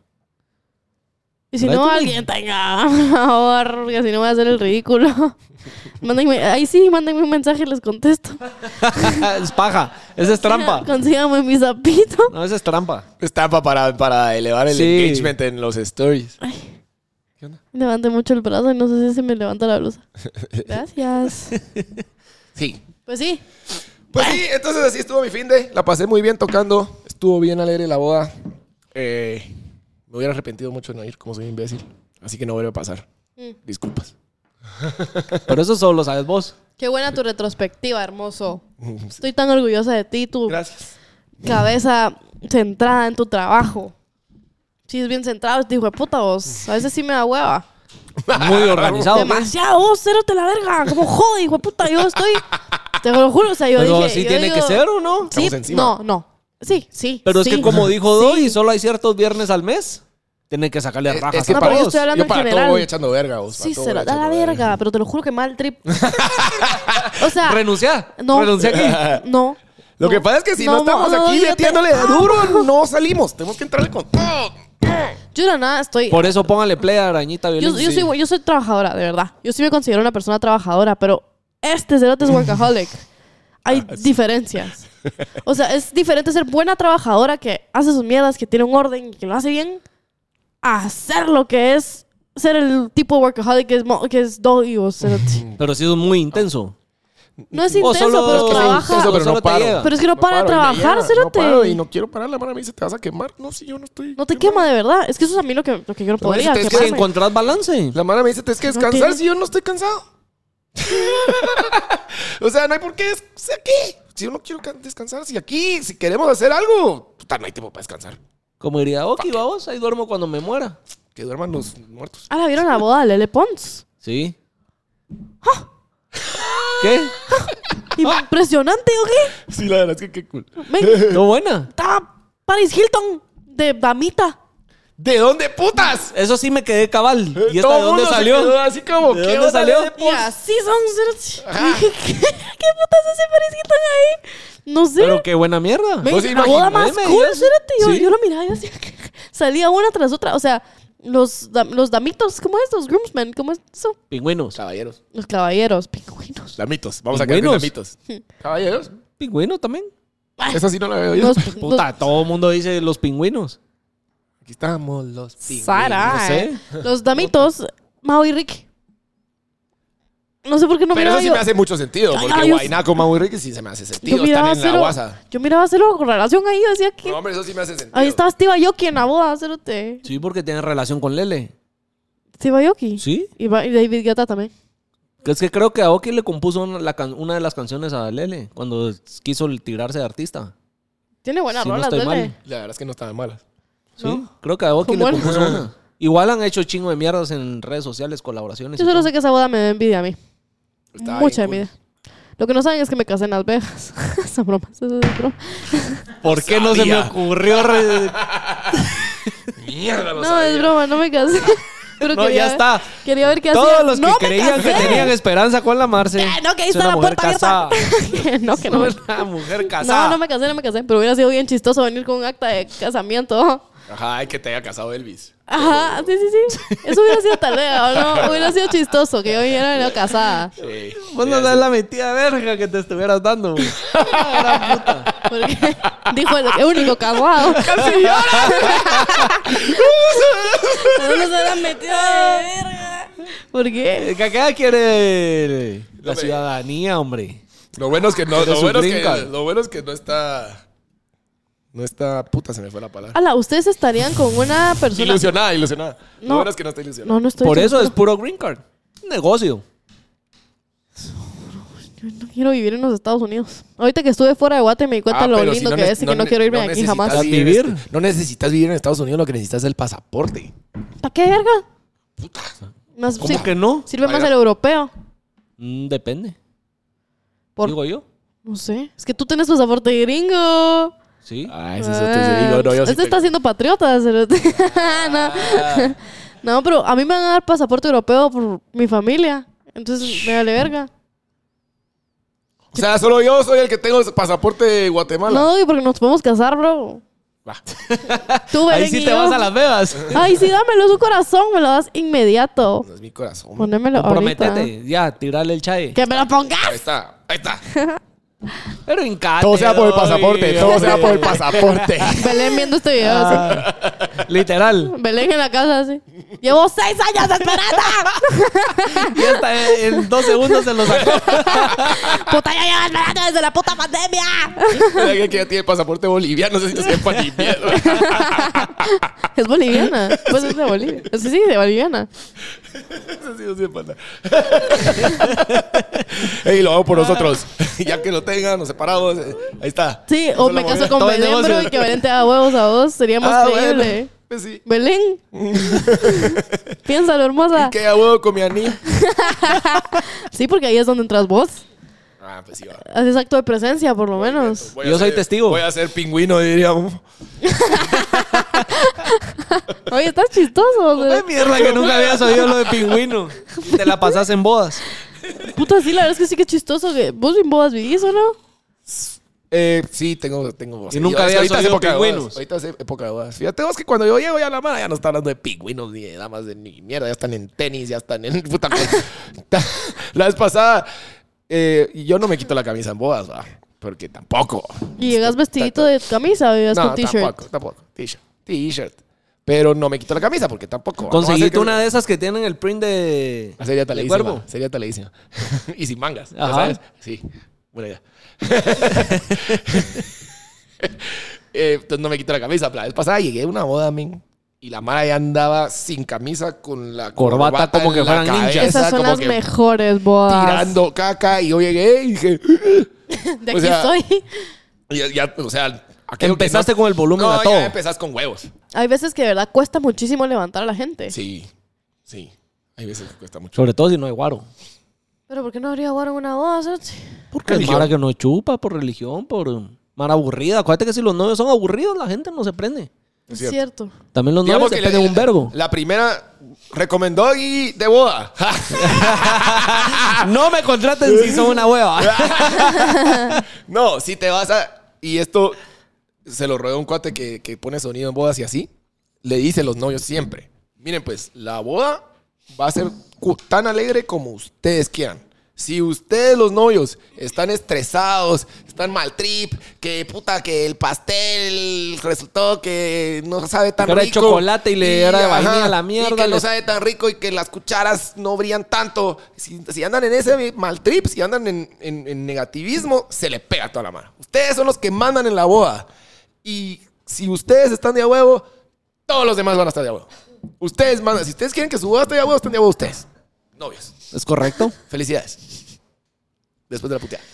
S2: Y si
S3: Por ahí
S2: no,
S3: tenés.
S2: alguien tenga, por favor, que si no voy a hacer el ridículo. Mándenme, ahí sí, mándenme un mensaje y les contesto.
S3: es paja. Esa es trampa.
S2: Consíganme mi sapito.
S3: No, esa es trampa.
S1: Estampa para, para elevar el
S3: Sí.
S1: engagement en los stories.
S2: Levanté mucho el brazo y no sé si se me levanta la blusa. Gracias.
S1: Sí.
S2: Pues sí.
S1: Pues sí, entonces así estuvo mi fin de. La pasé muy bien tocando. Estuvo bien alegre la boda. Eh, me hubiera arrepentido mucho de no ir, como soy imbécil. Así que no vuelve a pasar.
S2: Mm.
S1: Disculpas.
S3: Pero eso solo sabes vos.
S2: Qué buena tu retrospectiva, hermoso. Estoy tan orgullosa de ti, tu
S1: Gracias.
S2: cabeza centrada en tu trabajo. Sí, es bien centrado, te dijo, puta vos. A veces sí me da hueva.
S3: Muy organizado.
S2: Demasiado, vos, cérate la verga. Como jode, hijo de puta. Yo estoy. Te lo juro, o sea, yo
S3: Pero
S2: dije.
S3: sí
S2: yo
S3: tiene
S2: digo,
S3: que ser, ¿o no?
S2: Sí,
S1: Estamos encima.
S2: no, no. Sí, sí.
S3: Pero es
S2: sí.
S3: que como dijo Doy, solo hay ciertos viernes al mes. Tienen que sacarle rajas
S1: Eh, Es que
S3: a
S2: No,
S1: para
S2: pero yo
S3: todos.
S2: estoy hablando
S1: yo para
S2: en
S1: todo
S2: general.
S1: voy echando verga, vos. para
S2: Sí,
S1: todo
S2: se
S1: voy
S2: lo da la
S1: echando
S2: verga, pero te lo juro que mal trip. o sea,
S3: Renunciar.
S2: Ah, no.
S3: Renunciar aquí.
S2: no.
S1: Lo
S2: no.
S1: que pasa es que si no,
S2: No,
S1: estamos
S2: no,
S1: aquí
S2: yo te
S1: metiéndole
S2: amo.
S1: duro, no salimos. Tenemos que entrarle con todo.
S2: Yo de la nada estoy.
S3: Por eso póngale play a Arañita
S2: Yo,
S3: Violín.
S2: yo, soy, yo soy trabajadora, de verdad. Yo sí me considero una persona trabajadora, pero este cerote es workaholic. Hay
S3: Ah,
S2: diferencias. O sea, es diferente ser buena trabajadora que hace sus mierdas, que tiene un orden y que lo hace bien, a hacer lo que es ser el tipo workaholic que es, mo- que es doggy o cerote.
S3: Pero sí es muy intenso.
S2: No es
S3: O
S2: intenso,
S3: solo-
S2: pero
S3: es que sí,
S2: trabaja.
S3: intenso, pero
S1: Solo
S3: no
S1: te
S3: paro.
S1: llega.
S2: Pero es que no para de
S1: paro y me
S2: trabajar,
S1: llega,
S2: cerote.
S1: No paro y no quiero parar. La mano me dice, te vas a quemar. No, si yo no estoy...
S2: No te
S1: quemado.
S2: quema de verdad. Es que eso es a mí lo que, lo que yo no
S1: Pero es que
S2: podría.
S1: te- es que
S3: Si
S2: quemarme.
S3: encontrás balance.
S1: La mano me dice, tienes que
S2: No
S1: descansar
S2: tiene-
S1: si yo no estoy cansado. o sea, no hay por qué des- o sea, aquí. Si yo no quiero can- descansar, si aquí, si queremos hacer algo, puta, no hay tiempo para descansar.
S3: Como diría Oki, vamos, ahí duermo cuando me muera.
S1: Que duerman los muertos.
S2: Ah, la vieron la boda de Lele Pons.
S3: Sí. ¿Qué?
S2: Impresionante, ¿ok?
S1: Sí, la verdad es que qué cool.
S2: Me-
S3: No buena.
S2: Estaba Paris Hilton de damita.
S1: ¿De dónde putas?
S3: Eso sí me quedé cabal. ¿Y esta
S1: Todo
S3: de dónde
S1: mundo se
S3: salió?
S1: quedó así como,
S3: ¿De
S1: ¿qué
S3: dónde
S1: onda,
S3: salió?
S1: Lele
S2: Y
S1: Pons?
S2: así son. Dije, ¿qué, ¿Qué putas hace Paris Hilton ahí? No sé.
S3: Pero qué buena mierda.
S2: Me-
S1: ¿no se
S2: la boda
S1: imaginó?
S2: más
S3: Deme,
S2: cool,
S3: yo-
S2: espérate. Yo,
S3: ¿Sí?
S2: yo lo miraba y yo así. Salía una tras otra. O sea, los, dam- los damitos, ¿cómo es? Los groomsmen, ¿cómo es eso?
S3: Pingüinos.
S1: Caballeros.
S2: Los caballeros, pingüinos.
S1: Lamitos. Vamos a quedar con
S3: Pingüinos.
S1: lamitos. Caballeros.
S3: Pingüino también.
S2: Ay,
S1: Esa sí no la veo yo.
S2: los-
S3: Puta, todo el mundo dice los pingüinos.
S1: Aquí estamos los
S2: los-
S1: pingüinos.
S2: Sara,
S3: no sé.
S2: eh. Los damitos, Mao y Ricky. No sé por qué no
S1: Pero
S2: miraba
S1: eso sí
S2: yo.
S1: me hace mucho sentido, porque
S2: Ay, yo-
S1: Guainaco, Mau y Ricky sí se me hace sentido.
S2: yo
S1: Están
S2: miraba
S1: en la
S2: cero-
S1: guasa.
S2: Yo miraba cero relación ahí. Yo decía que.
S1: No, hombre, eso sí me hace sentido.
S2: ahí estaba Steve Aoki en la boda, cerote.
S3: Sí, porque tiene relación con Lele.
S2: Steve Aoki.
S3: ¿Sí?
S2: Y va- y David Guetta también.
S3: Es que creo que Aoki le compuso una, la can- una de las canciones a Lele cuando quiso tirarse de artista.
S2: Tiene buenas
S3: Si no
S2: rolas,
S3: estoy
S2: Lele.
S3: mal.
S1: La verdad es que no estaban malas.
S3: Sí, creo que Aoki le
S2: ¿Cómo no?
S3: compuso una. Igual han hecho chingo de mierdas en redes sociales, colaboraciones.
S2: Yo
S3: y
S2: solo
S3: todo.
S2: sé que esa boda me da envidia a mí.
S1: Estaba
S2: Mucha
S1: bien
S2: envidia. Lo que no saben es que me casé en Las Vegas. Esa broma, eso es broma.
S3: ¿Por qué no se me
S1: Sabía.
S3: ocurrió? re-
S1: cool. Mierda, lo
S2: No, es broma, no me casé. Pero
S3: No,
S2: quería
S3: ya
S2: ver-
S3: está.
S2: Quería ver qué hacía.
S3: Todos los que
S2: ¡No, me
S3: creían que
S2: casé!
S3: tenían esperanza con la Marce.
S2: Eh, no, que ahí
S3: es
S2: está
S3: una
S2: la
S3: mujer
S2: puerta abierta.
S3: casada.
S2: Que no, que no. me-
S3: Es una Pues mujer casada.
S2: No, no me casé, no me casé. Pero hubiera sido bien chistoso venir con un acta de casamiento.
S1: Ajá, ay, que te haya casado Elvis.
S2: Ajá, sí, sí, sí. Eso hubiera sido tarea, ¿o no? Hubiera sido chistoso que yo viniera venido casada.
S1: Sí.
S3: Vos no sabes la mentira verga que te estuvieras dando. güey. Gran puta.
S2: Porque dijo el, el único casado. ¡Casi llora! no se la metió de verga. ¿Por qué?
S3: El que acá quiere el- la
S1: Hombre.
S3: ciudadanía, hombre.
S1: Lo bueno es que no,
S3: Pero
S1: lo
S3: su
S1: bueno es
S3: brinca.
S1: que, lo bueno es que no está. No está. Puta, se me fue la palabra.
S2: Ala, ¿ustedes estarían con una persona?
S1: Ilusionada, ilusionada.
S2: Ah, No.
S1: Lo bueno es que no está ilusionada.
S2: No, no estoy.
S3: Por eso es
S2: segura.
S3: puro green card. Un Negocio.
S2: No quiero vivir en los Estados Unidos. Ahorita que estuve fuera de Guate me di cuenta
S1: Ah,
S2: lo
S1: pero
S2: lindo
S1: si
S2: que
S1: ne-
S2: es y que no
S1: ne-
S2: quiero irme de aquí
S1: necesitas
S2: jamás.
S3: jamás. Vivir.
S1: en este- no necesitas vivir en Estados Unidos, lo que necesitas es el pasaporte.
S2: ¿Para qué verga? Más,
S3: ¿Cómo
S2: sí-
S3: que no?
S2: Sirve más
S1: Oiga.
S2: el europeo.
S3: Mm, Depende.
S2: Por-
S3: Digo yo.
S2: No sé. Es que tú tienes pasaporte gringo.
S3: Sí.
S1: Ah,
S2: Ah, este está siendo patriota. cerote.
S3: Ah.
S2: no. No, pero a mí me van a dar pasaporte europeo por mi familia. Entonces me vale verga.
S1: O sea, solo yo soy el que tengo el pasaporte de Guatemala.
S2: No, y porque nos podemos casar, bro.
S1: Va.
S2: Tú,
S3: Ahí
S2: Belén y
S3: sí te
S2: yo.
S3: vas a las bebas.
S2: Ay, sí, dámelo su corazón. Me lo das inmediato.
S1: No es mi corazón.
S2: Ponémelo ahorita. ¿eh?
S3: Prometete. Ya, tirarle el chai.
S2: ¡Que me lo pongas!
S1: Ahí está, ahí está.
S3: Pero en casa.
S1: Todo sea por el pasaporte, todo sea por el pasaporte.
S2: Belén viendo este video. así.
S3: Ah. Literal.
S2: Belén en la casa, así. Llevo seis años esperando.
S3: Ya está, en dos segundos se lo sacó.
S2: Puta, ya llevo esperando desde la puta pandemia.
S1: Mira que ya tiene el pasaporte boliviano, no sé si es boliviano.
S2: Es boliviana. Pues es de Bolivia. Sí, sí, de boliviana.
S1: Eso sí, no se pasa. Ey, lo hago por nosotros. ya que lo tengan, nos separamos. eh, Ahí está.
S2: Sí,
S1: Esa
S2: o
S1: es la
S2: me caso
S1: movida.
S2: con
S3: Todo es
S2: Belén,
S3: negocio.
S2: bro, y que Belén te da huevos a vos. Sería más
S1: Ah, bueno.
S2: creíble.
S1: Pues sí.
S2: Belén. Piénsalo, hermosa.
S1: ¿Qué hago con mi anillo?
S2: Sí, porque ahí es donde entras vos.
S1: Ah, pues sí, va.
S2: Haces acto de presencia, por lo menos.
S1: Voy a
S3: Yo soy
S1: ser-
S3: testigo.
S1: Voy a ser pingüino, diríamos.
S2: Oye, estás chistoso. bro.
S3: Ay, mierda, que nunca habías oído lo de pingüino. Te la pasas en bodas.
S2: Puta, sí, la verdad es que sí que es chistoso. Que vos sin bodas vivís, ¿o no?
S1: Eh, sí, tengo, tengo.
S3: Y nunca
S1: yo-
S3: habías
S1: ahorita es
S3: oído
S1: época de
S3: pingüinos.
S1: bodas, Ahorita es época de bodas. Fíjate vos que cuando yo llego ya la mano ya no está hablando de pingüinos ni de damas de ni mierda. Ya están en tenis, ya están en puta. cosa. la vez pasada, eh, yo no me quito la camisa en bodas, va. Porque tampoco.
S2: Y llegas vestidito de camisa, vivías
S1: No,
S2: con t-shirt.
S1: tampoco, tampoco. T-shirt. T-shirt. Pero no me quito la camisa porque tampoco.
S3: Conseguiste una
S1: de.
S3: de esas que tienen el print de.
S1: Sería
S3: de
S1: talísima. Sería talísima. y sin mangas. ¿ya
S3: Ajá.
S1: ¿Sabes? Sí. Buena idea. Eh, entonces no me quito la camisa. La vez pasada llegué a una boda, men. Y la Mara ya andaba sin camisa con la
S3: Corbata como
S1: en
S3: que
S1: la
S3: fueran ninjas.
S1: cabeza,
S2: Esas son
S1: como
S2: las
S1: que
S2: mejores bodas.
S1: Tirando caca. Y yo llegué y dije.
S2: De
S1: o
S2: aquí
S1: sea-
S2: estoy.
S1: y ya, ya, o sea. aquello que
S3: Empezaste con el volumen
S1: no,
S3: a
S1: ya
S3: todo.
S1: empezás con huevos.
S2: Hay veces que de verdad cuesta muchísimo levantar a la gente.
S1: Sí. Sí. Hay veces que cuesta mucho.
S3: Sobre todo si no hay guaro.
S2: Pero ¿por qué no habría guaro en una boda? Cerote?
S3: Porque es
S1: Religión.
S3: mara que no chupa, por religión, por. Mara aburrida. Acuérdate que si los novios son aburridos, la gente no se prende.
S2: Es
S1: Es
S2: cierto.
S1: cierto.
S3: También los novios se
S1: la-
S3: prenden un vergo.
S1: La primera recomendó y de boda.
S3: No me contraten si son una hueva.
S1: no, si te vas a. Y esto se lo rodea un cuate que, que pone sonido en bodas y así. Le dice a los novios siempre: Miren, pues la boda va a ser cu- tan alegre como ustedes quieran. Si ustedes, los novios, están estresados, están mal trip, que puta, que el pastel resultó que no sabe tan
S3: Que era de
S1: rico.
S3: chocolate y le era de vainilla a la mierda,
S1: Y que no
S3: les-
S1: sabe tan rico y que las cucharas no brillan tanto. Si, si andan en ese mal trip, si andan en, en- en negativismo, se le pega toda la mano. Ustedes son los que mandan en la boda. Y si ustedes están de a huevo, todos los demás van a estar de a huevo. Ustedes mandan. Si ustedes quieren que su boda esté de a huevo, estén de a huevo ustedes. Novios.
S3: Es correcto.
S1: Felicidades. Después de la puteada.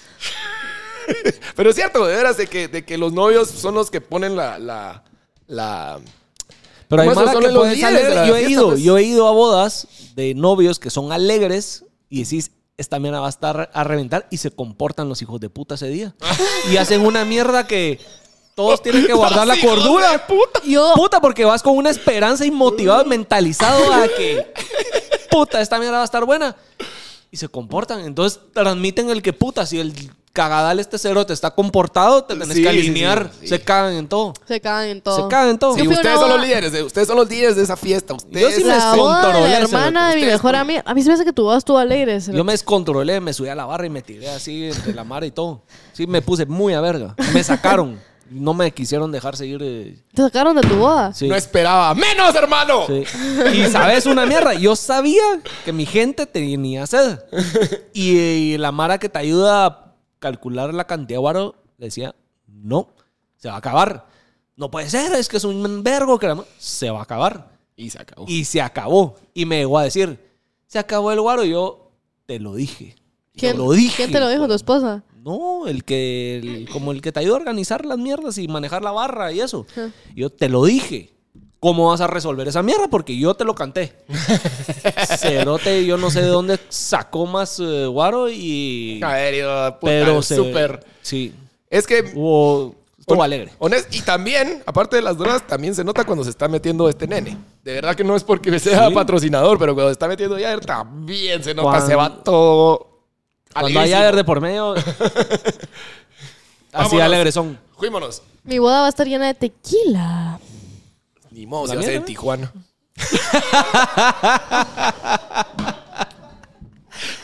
S1: Pero es cierto, de veras, de que, de que los novios son los que ponen la- la- la
S3: Pero hay
S1: Como esos
S3: mara
S1: son
S3: que
S1: los
S3: puede
S1: líderes de
S3: salir.
S1: la
S3: Yo he
S1: fiesta,
S3: ido,
S1: pues.
S3: yo he ido a bodas de novios que son alegres y decís, esta mierda va a estar a reventar y se comportan los hijos de puta ese día. y hacen una mierda que Todos tienen que guardar la
S1: Hijos de
S3: cordura.
S1: puta.
S2: Yo,
S3: Puta, porque vas con una esperanza y motivado, mentalizado a que puta, esta mierda va a estar buena. Y se comportan. Entonces transmiten el que puta, si el cagadal este cero te está comportado, te tenés
S1: Sí,
S3: que
S1: sí,
S3: alinear.
S1: sí, sí.
S3: Se cagan en todo.
S2: se cagan en todo.
S3: Se cagan en todo.
S2: Yo
S1: Sí,
S2: fui a una
S1: ustedes son los
S2: boda-
S1: líderes, de- ustedes son los líderes de esa fiesta. Ustedes
S3: sí me
S2: La
S3: Con
S2: boda de la
S3: torolearse,
S2: hermana de mi
S1: ustedes,
S2: mejor
S1: pues.
S2: amiga. A mí se me hace que tu boda estuvo alegre. se lo-
S3: Yo me descontrolé, me subí a la barra y me tiré así entre la mar y todo. Sí, me puse muy a verga. Me sacaron. No me quisieron dejar seguir. eh,
S2: Te sacaron de tu boda.
S3: sí.
S1: no esperaba. ¡Menos, hermano!
S3: Sí. Y sabes una mierda, yo sabía que mi gente tenía sed. Y, eh, la Mara que te ayuda a calcular la cantidad de guaro le decía, no, se va a acabar. No puede ser, es que es un vergo que la ma-". se va a acabar.
S1: Y se acabó.
S3: Y se acabó. Y me llegó a decir, se acabó el guaro. Y yo, te lo dije.
S2: ¿Quién,
S3: te lo dije.
S2: ¿Quién te lo dijo? ¿Tu
S3: pues".
S2: esposa?
S3: No, el que, el- como el que te ayuda a organizar las mierdas y manejar la barra y eso.
S2: Ajá.
S3: Yo te lo dije. ¿Cómo vas a resolver esa mierda? Porque yo te lo canté. Cerote, yo no sé de dónde sacó más eh, guaro y...
S1: A ver, yo, puta,
S3: pero se-
S1: súper.
S3: Sí.
S1: Es que
S3: Hubo... Estuvo
S1: Hon-
S3: alegre.
S1: honest- y también, aparte de las drogas, también se nota cuando se está metiendo este nene. De verdad que no es porque sea
S3: Sí.
S1: patrocinador, pero cuando se está metiendo Yader también se nota,
S3: Cuando-
S1: se va todo.
S3: Cuando hay
S1: alegrísimo.
S3: ayer de por medio... así
S1: Vámonos.
S3: alegres son.
S1: Juímonos.
S2: Mi boda va a estar llena de tequila.
S1: Ni modo,
S3: ¿La
S1: se va a hacer en
S3: mierda?
S1: Tijuana.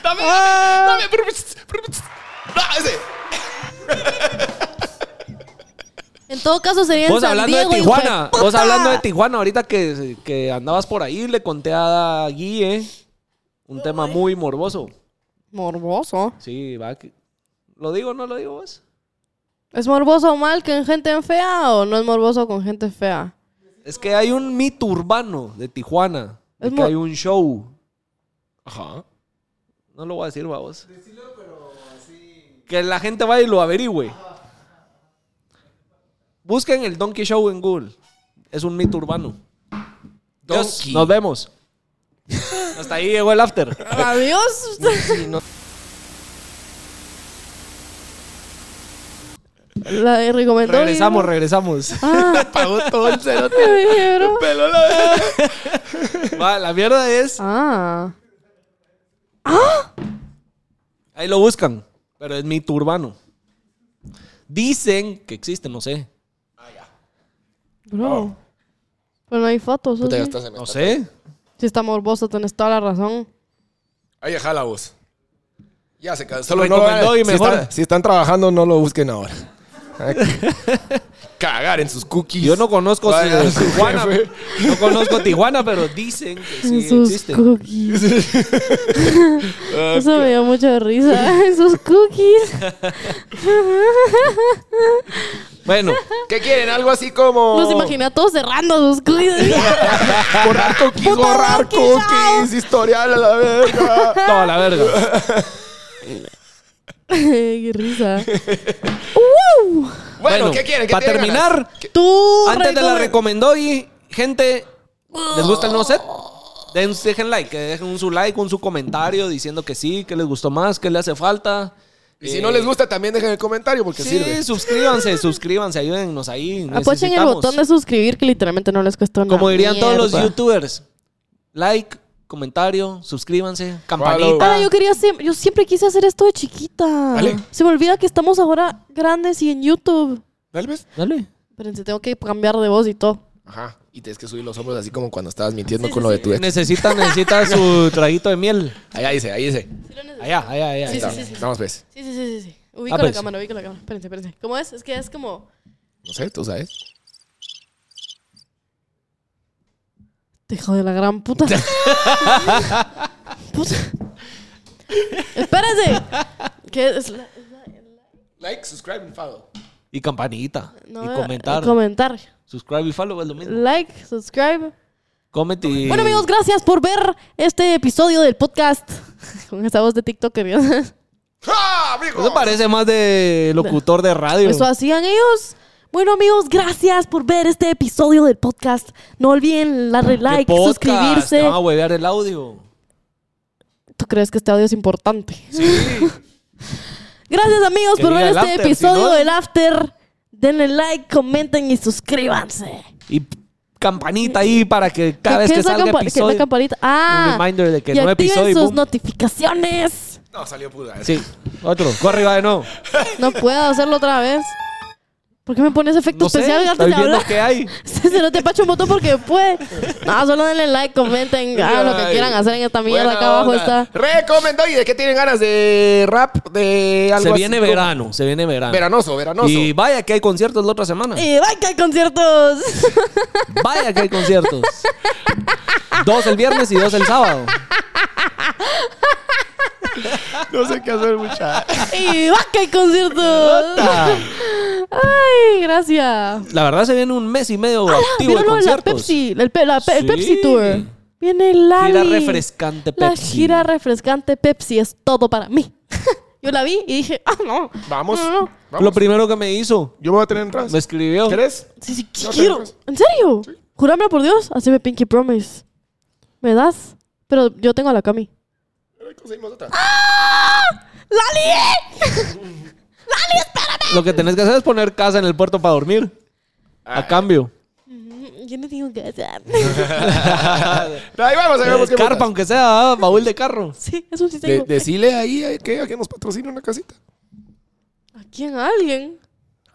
S1: dame, dame, dame. No, ese.
S2: En todo caso sería en
S3: Vos
S2: San
S3: hablando de
S2: Diego, hijo
S3: Tijuana,
S2: puta.
S3: vos hablando de Tijuana, ahorita que, que andabas por ahí, le conté a Guille ¿eh? un tema muy morboso.
S2: Morboso.
S3: Sí, va. que- ¿Lo digo o no lo digo vos?
S2: ¿Es morboso mal con gente fea o no es morboso con gente fea?
S3: Es que hay un mito urbano de Tijuana. de
S2: Es
S3: que
S2: mo-
S3: hay un show.
S1: Ajá.
S3: No lo voy a decir, va vos. Que la gente vaya y lo averigüe. Busquen el Donkey Show en Google. Es un mito urbano. Adiós,
S1: Donkey.
S3: Nos vemos. Hasta ahí llegó el after.
S2: Adiós. La recomendó.
S3: regresamos,
S2: y-
S3: regresamos.
S2: Ah,
S1: Pagó todo el cerote.
S2: me dijeron.
S1: Peló la-
S3: Va, la mierda es.
S2: Ah.
S3: Ahí lo buscan. Pero es mito urbano. Dicen que existe, no sé.
S2: Bro. Pero no hay fotos. ¿o
S1: Puta,
S2: sí?
S1: ya está, se me
S3: No
S1: está-
S3: sé.
S2: Si está morboso, tenés toda la razón.
S1: Ahí jala vos. Ya se cansó. Solo
S3: Recomendó
S1: no lo-
S3: y
S1: si
S3: mejor.
S1: están- si están trabajando, no lo busquen ahora. Ay, Cagar en sus cookies.
S3: Yo no conozco
S1: Vaya,
S3: eh,
S1: su
S3: Tijuana.
S1: jefe.
S3: No conozco Tijuana, pero dicen que sí
S2: sus
S3: existe. Ah,
S2: cookies. Eso me dio mucha risa. Sus cookies.
S3: Bueno,
S1: ¿Qué quieren? Algo así como.
S2: Los imaginé a todos cerrando sus cookies.
S1: Borrar cookies, borrar
S2: Rocky, no.
S1: cookies, historial a la verga.
S3: toda la verga.
S2: Qué risa. ¡Wow!
S1: Bueno, ¿qué quieren? ¿Qué
S3: Para
S1: tienen ganas?
S3: terminar,
S2: Tú.
S3: antes de la
S2: recome-
S3: recomendó y gente, ¿les gusta el nuevo set? Den, dejen like, que dejen un su like, un su comentario diciendo que sí, que les gustó más, que le hace falta. Eh,
S1: Y si no les gusta, también dejen el comentario porque
S3: Sí,
S1: sirve.
S3: suscríbanse, suscríbanse, ayúdennos ahí.
S2: Apoyen el
S3: necesitamos.
S2: botón de suscribir que literalmente no les cuesta nada.
S3: Como dirían todos los youtubers, like, comentario, suscríbanse, campanita.
S2: Ah, yo quería siempre, yo siempre quise hacer esto de chiquita.
S1: Dale.
S2: Se me olvida que estamos ahora grandes y en YouTube.
S1: Tal vez.
S3: Dale.
S2: Pero tengo que cambiar de voz y todo.
S1: Ajá. Y tienes que subir los hombros así como cuando estabas mintiendo
S2: Sí,
S1: con
S2: sí,
S1: lo de
S2: sí.
S1: tu ex.
S3: Necesita, necesita su traguito de miel.
S1: Ahí dice, ahí dice.
S3: Allá, allá, allá.
S2: Sí,
S3: allá.
S2: sí, sí.
S1: Vamos, pues.
S2: Sí, sí, sí, sí. sí. Ubico
S3: Ah,
S2: la
S3: pues.
S2: cámara, ubico la cámara. Espérense, espérense. ¿Cómo es? Es que es como.
S1: No sé, tú sabes.
S2: Hijo de la gran puta. puta. Espérense. ¿Qué es? la-
S1: Like, subscribe y follow.
S3: Y campanita.
S2: No,
S3: y
S2: eh,
S3: comentar.
S2: Comentar.
S3: Subscribe y follow es lo mismo.
S2: Like, subscribe.
S3: Comment y...
S2: Bueno, amigos, gracias por ver este episodio del podcast. Con esa voz de TikTok, queridos.
S1: ¡Ah, amigo!
S3: Eso parece más de locutor de radio.
S2: Eso pues, hacían ellos. Bueno, amigos, gracias por ver este episodio del podcast. No olviden darle
S3: ¿Qué
S2: like,
S3: podcast? Te
S2: suscribirse.
S3: van a huevear el audio.
S2: ¿Tú crees que este audio es importante? Gracias, amigos,
S3: Que
S2: por
S3: diga
S2: ver
S3: el
S2: este
S3: after, si
S2: episodio
S3: no-
S2: del After Denle like, comenten y suscríbanse.
S3: Y p- campanita ahí para que cada vez
S2: ¿Qué
S3: que
S2: es la
S3: salga
S2: campa- qué- la
S3: episodio...
S2: campanita? Ah.
S3: reminder de que
S2: y
S3: nuevo
S2: activen
S3: episodio y
S2: sus
S3: boom.
S2: notificaciones.
S1: No, salió puta.
S3: Sí, otro. Corre, va de nuevo.
S2: No puedo hacerlo otra vez. ¿Por qué me pones efecto
S3: No sé,
S2: especial
S3: estoy
S2: antes de
S3: viendo
S2: hablar?
S3: qué hay.
S2: Se no te pacho un botón porque puede. No, solo denle like, comenten, hagan lo que
S1: Ay.
S2: quieran hacer en esta mierda.
S1: Buena
S2: Acá abajo
S1: onda.
S2: está.
S1: Recomendó. ¿Y de qué tienen ganas? ¿De rap? ¿De algo
S3: Se
S1: así
S3: viene
S1: como-
S3: verano, se viene verano.
S1: Veranoso, veranoso.
S3: Y vaya que hay conciertos la otra semana.
S2: Y va que hay conciertos.
S3: Vaya que hay conciertos. Dos el viernes y dos el sábado.
S1: No sé qué hacer, muchacha.
S2: y va que hay conciertos. Ay, gracias.
S3: La verdad se viene un mes y medio activo de
S2: Vieron Ah, lo de la
S3: conciertos.
S2: Pepsi, el, pe- la pe- el
S3: Sí.
S2: Pepsi Tour. Viene Lali.
S3: Gira refrescante
S2: La
S3: Pepsi.
S2: gira refrescante Pepsi es todo para mí. Yo la vi y dije, ah, no.
S1: Vamos.
S2: No, no, no.
S1: vamos.
S3: Lo primero que me hizo,
S1: Yo me voy a tener entradas.
S3: me escribió.
S1: ¿Quieres?
S2: Sí, sí, qui-
S1: No te
S2: quiero.
S1: enojes.
S2: ¿En serio? Jurámelo por Dios, haceme Pinky Promise. ¿Me das? Pero yo tengo a la Cami.
S1: Conseguimos otra.
S2: ¡Lali!
S3: Lo que tenés que hacer es poner casa en el puerto para dormir.
S1: Ah.
S3: A cambio.
S2: Mm, Yo no tengo que hacer.
S1: Ahí vamos, ahí vamos. ¿qué más?
S3: Eh, Carpa, aunque sea ah, baúl de carro.
S2: Sí, eso sí
S1: De-
S2: tengo.
S1: decile ahí a que, a que nos patrocine una casita.
S2: ¿A quién? ¿A alguien?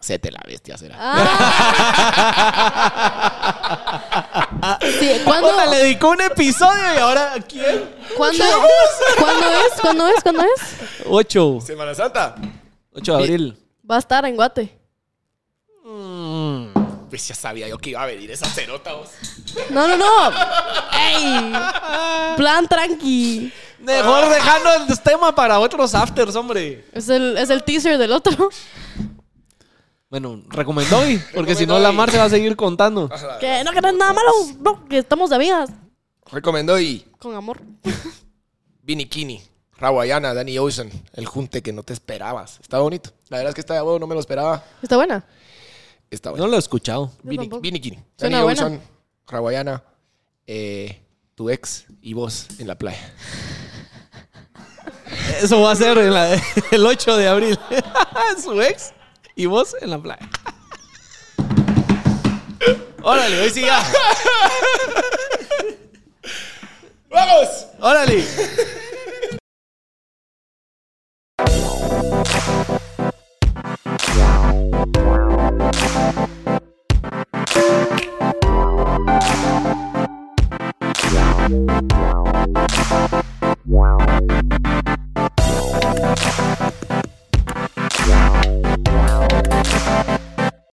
S1: Sete la bestia será.
S2: Ah. Sí, ¿cuándo,
S3: Puta, le dedicó un episodio y ahora ¿a ¿quién?
S2: ¿cuándo, ¿Cuándo es? ¿Cuándo es? ¿Cuándo es?
S3: 8.
S2: Ah.
S1: Semana Santa.
S3: 8 de abril.
S2: Va a estar en Guate.
S1: Pues ya sabía yo que iba a venir esa cerota, vos.
S2: No, no, no. ¡Ey! Plan tranqui.
S3: Mejor dejando el tema para otros afters, hombre.
S2: Es el, es el teaser del otro.
S3: Bueno, recomendó hoy, porque si no
S1: Recomendó
S3: la
S1: hoy. Ah,
S3: Mar se va a seguir contando.
S2: Que no, que no es nada malo. No, que estamos de amigas.
S1: Recomendó y
S2: Con amor.
S1: Vinikini, Rawayana, Danny Ocean, el junte que no te esperabas. Está bonito. La verdad es que esta de huevo no me lo esperaba.
S2: Está buena.
S1: Está
S3: No
S1: bueno.
S3: lo he escuchado.
S1: Vini
S2: tampoco.
S1: Vinikini,
S2: Suena
S1: Danny
S2: buena.
S1: Ocean, Rawayana, eh, tu ex y vos en la playa.
S3: Eso va a ser en la- el 8 de abril. Su ex y vos en la playa. Órale, hoy sí ya.
S1: ¡Vamos!
S3: Órale.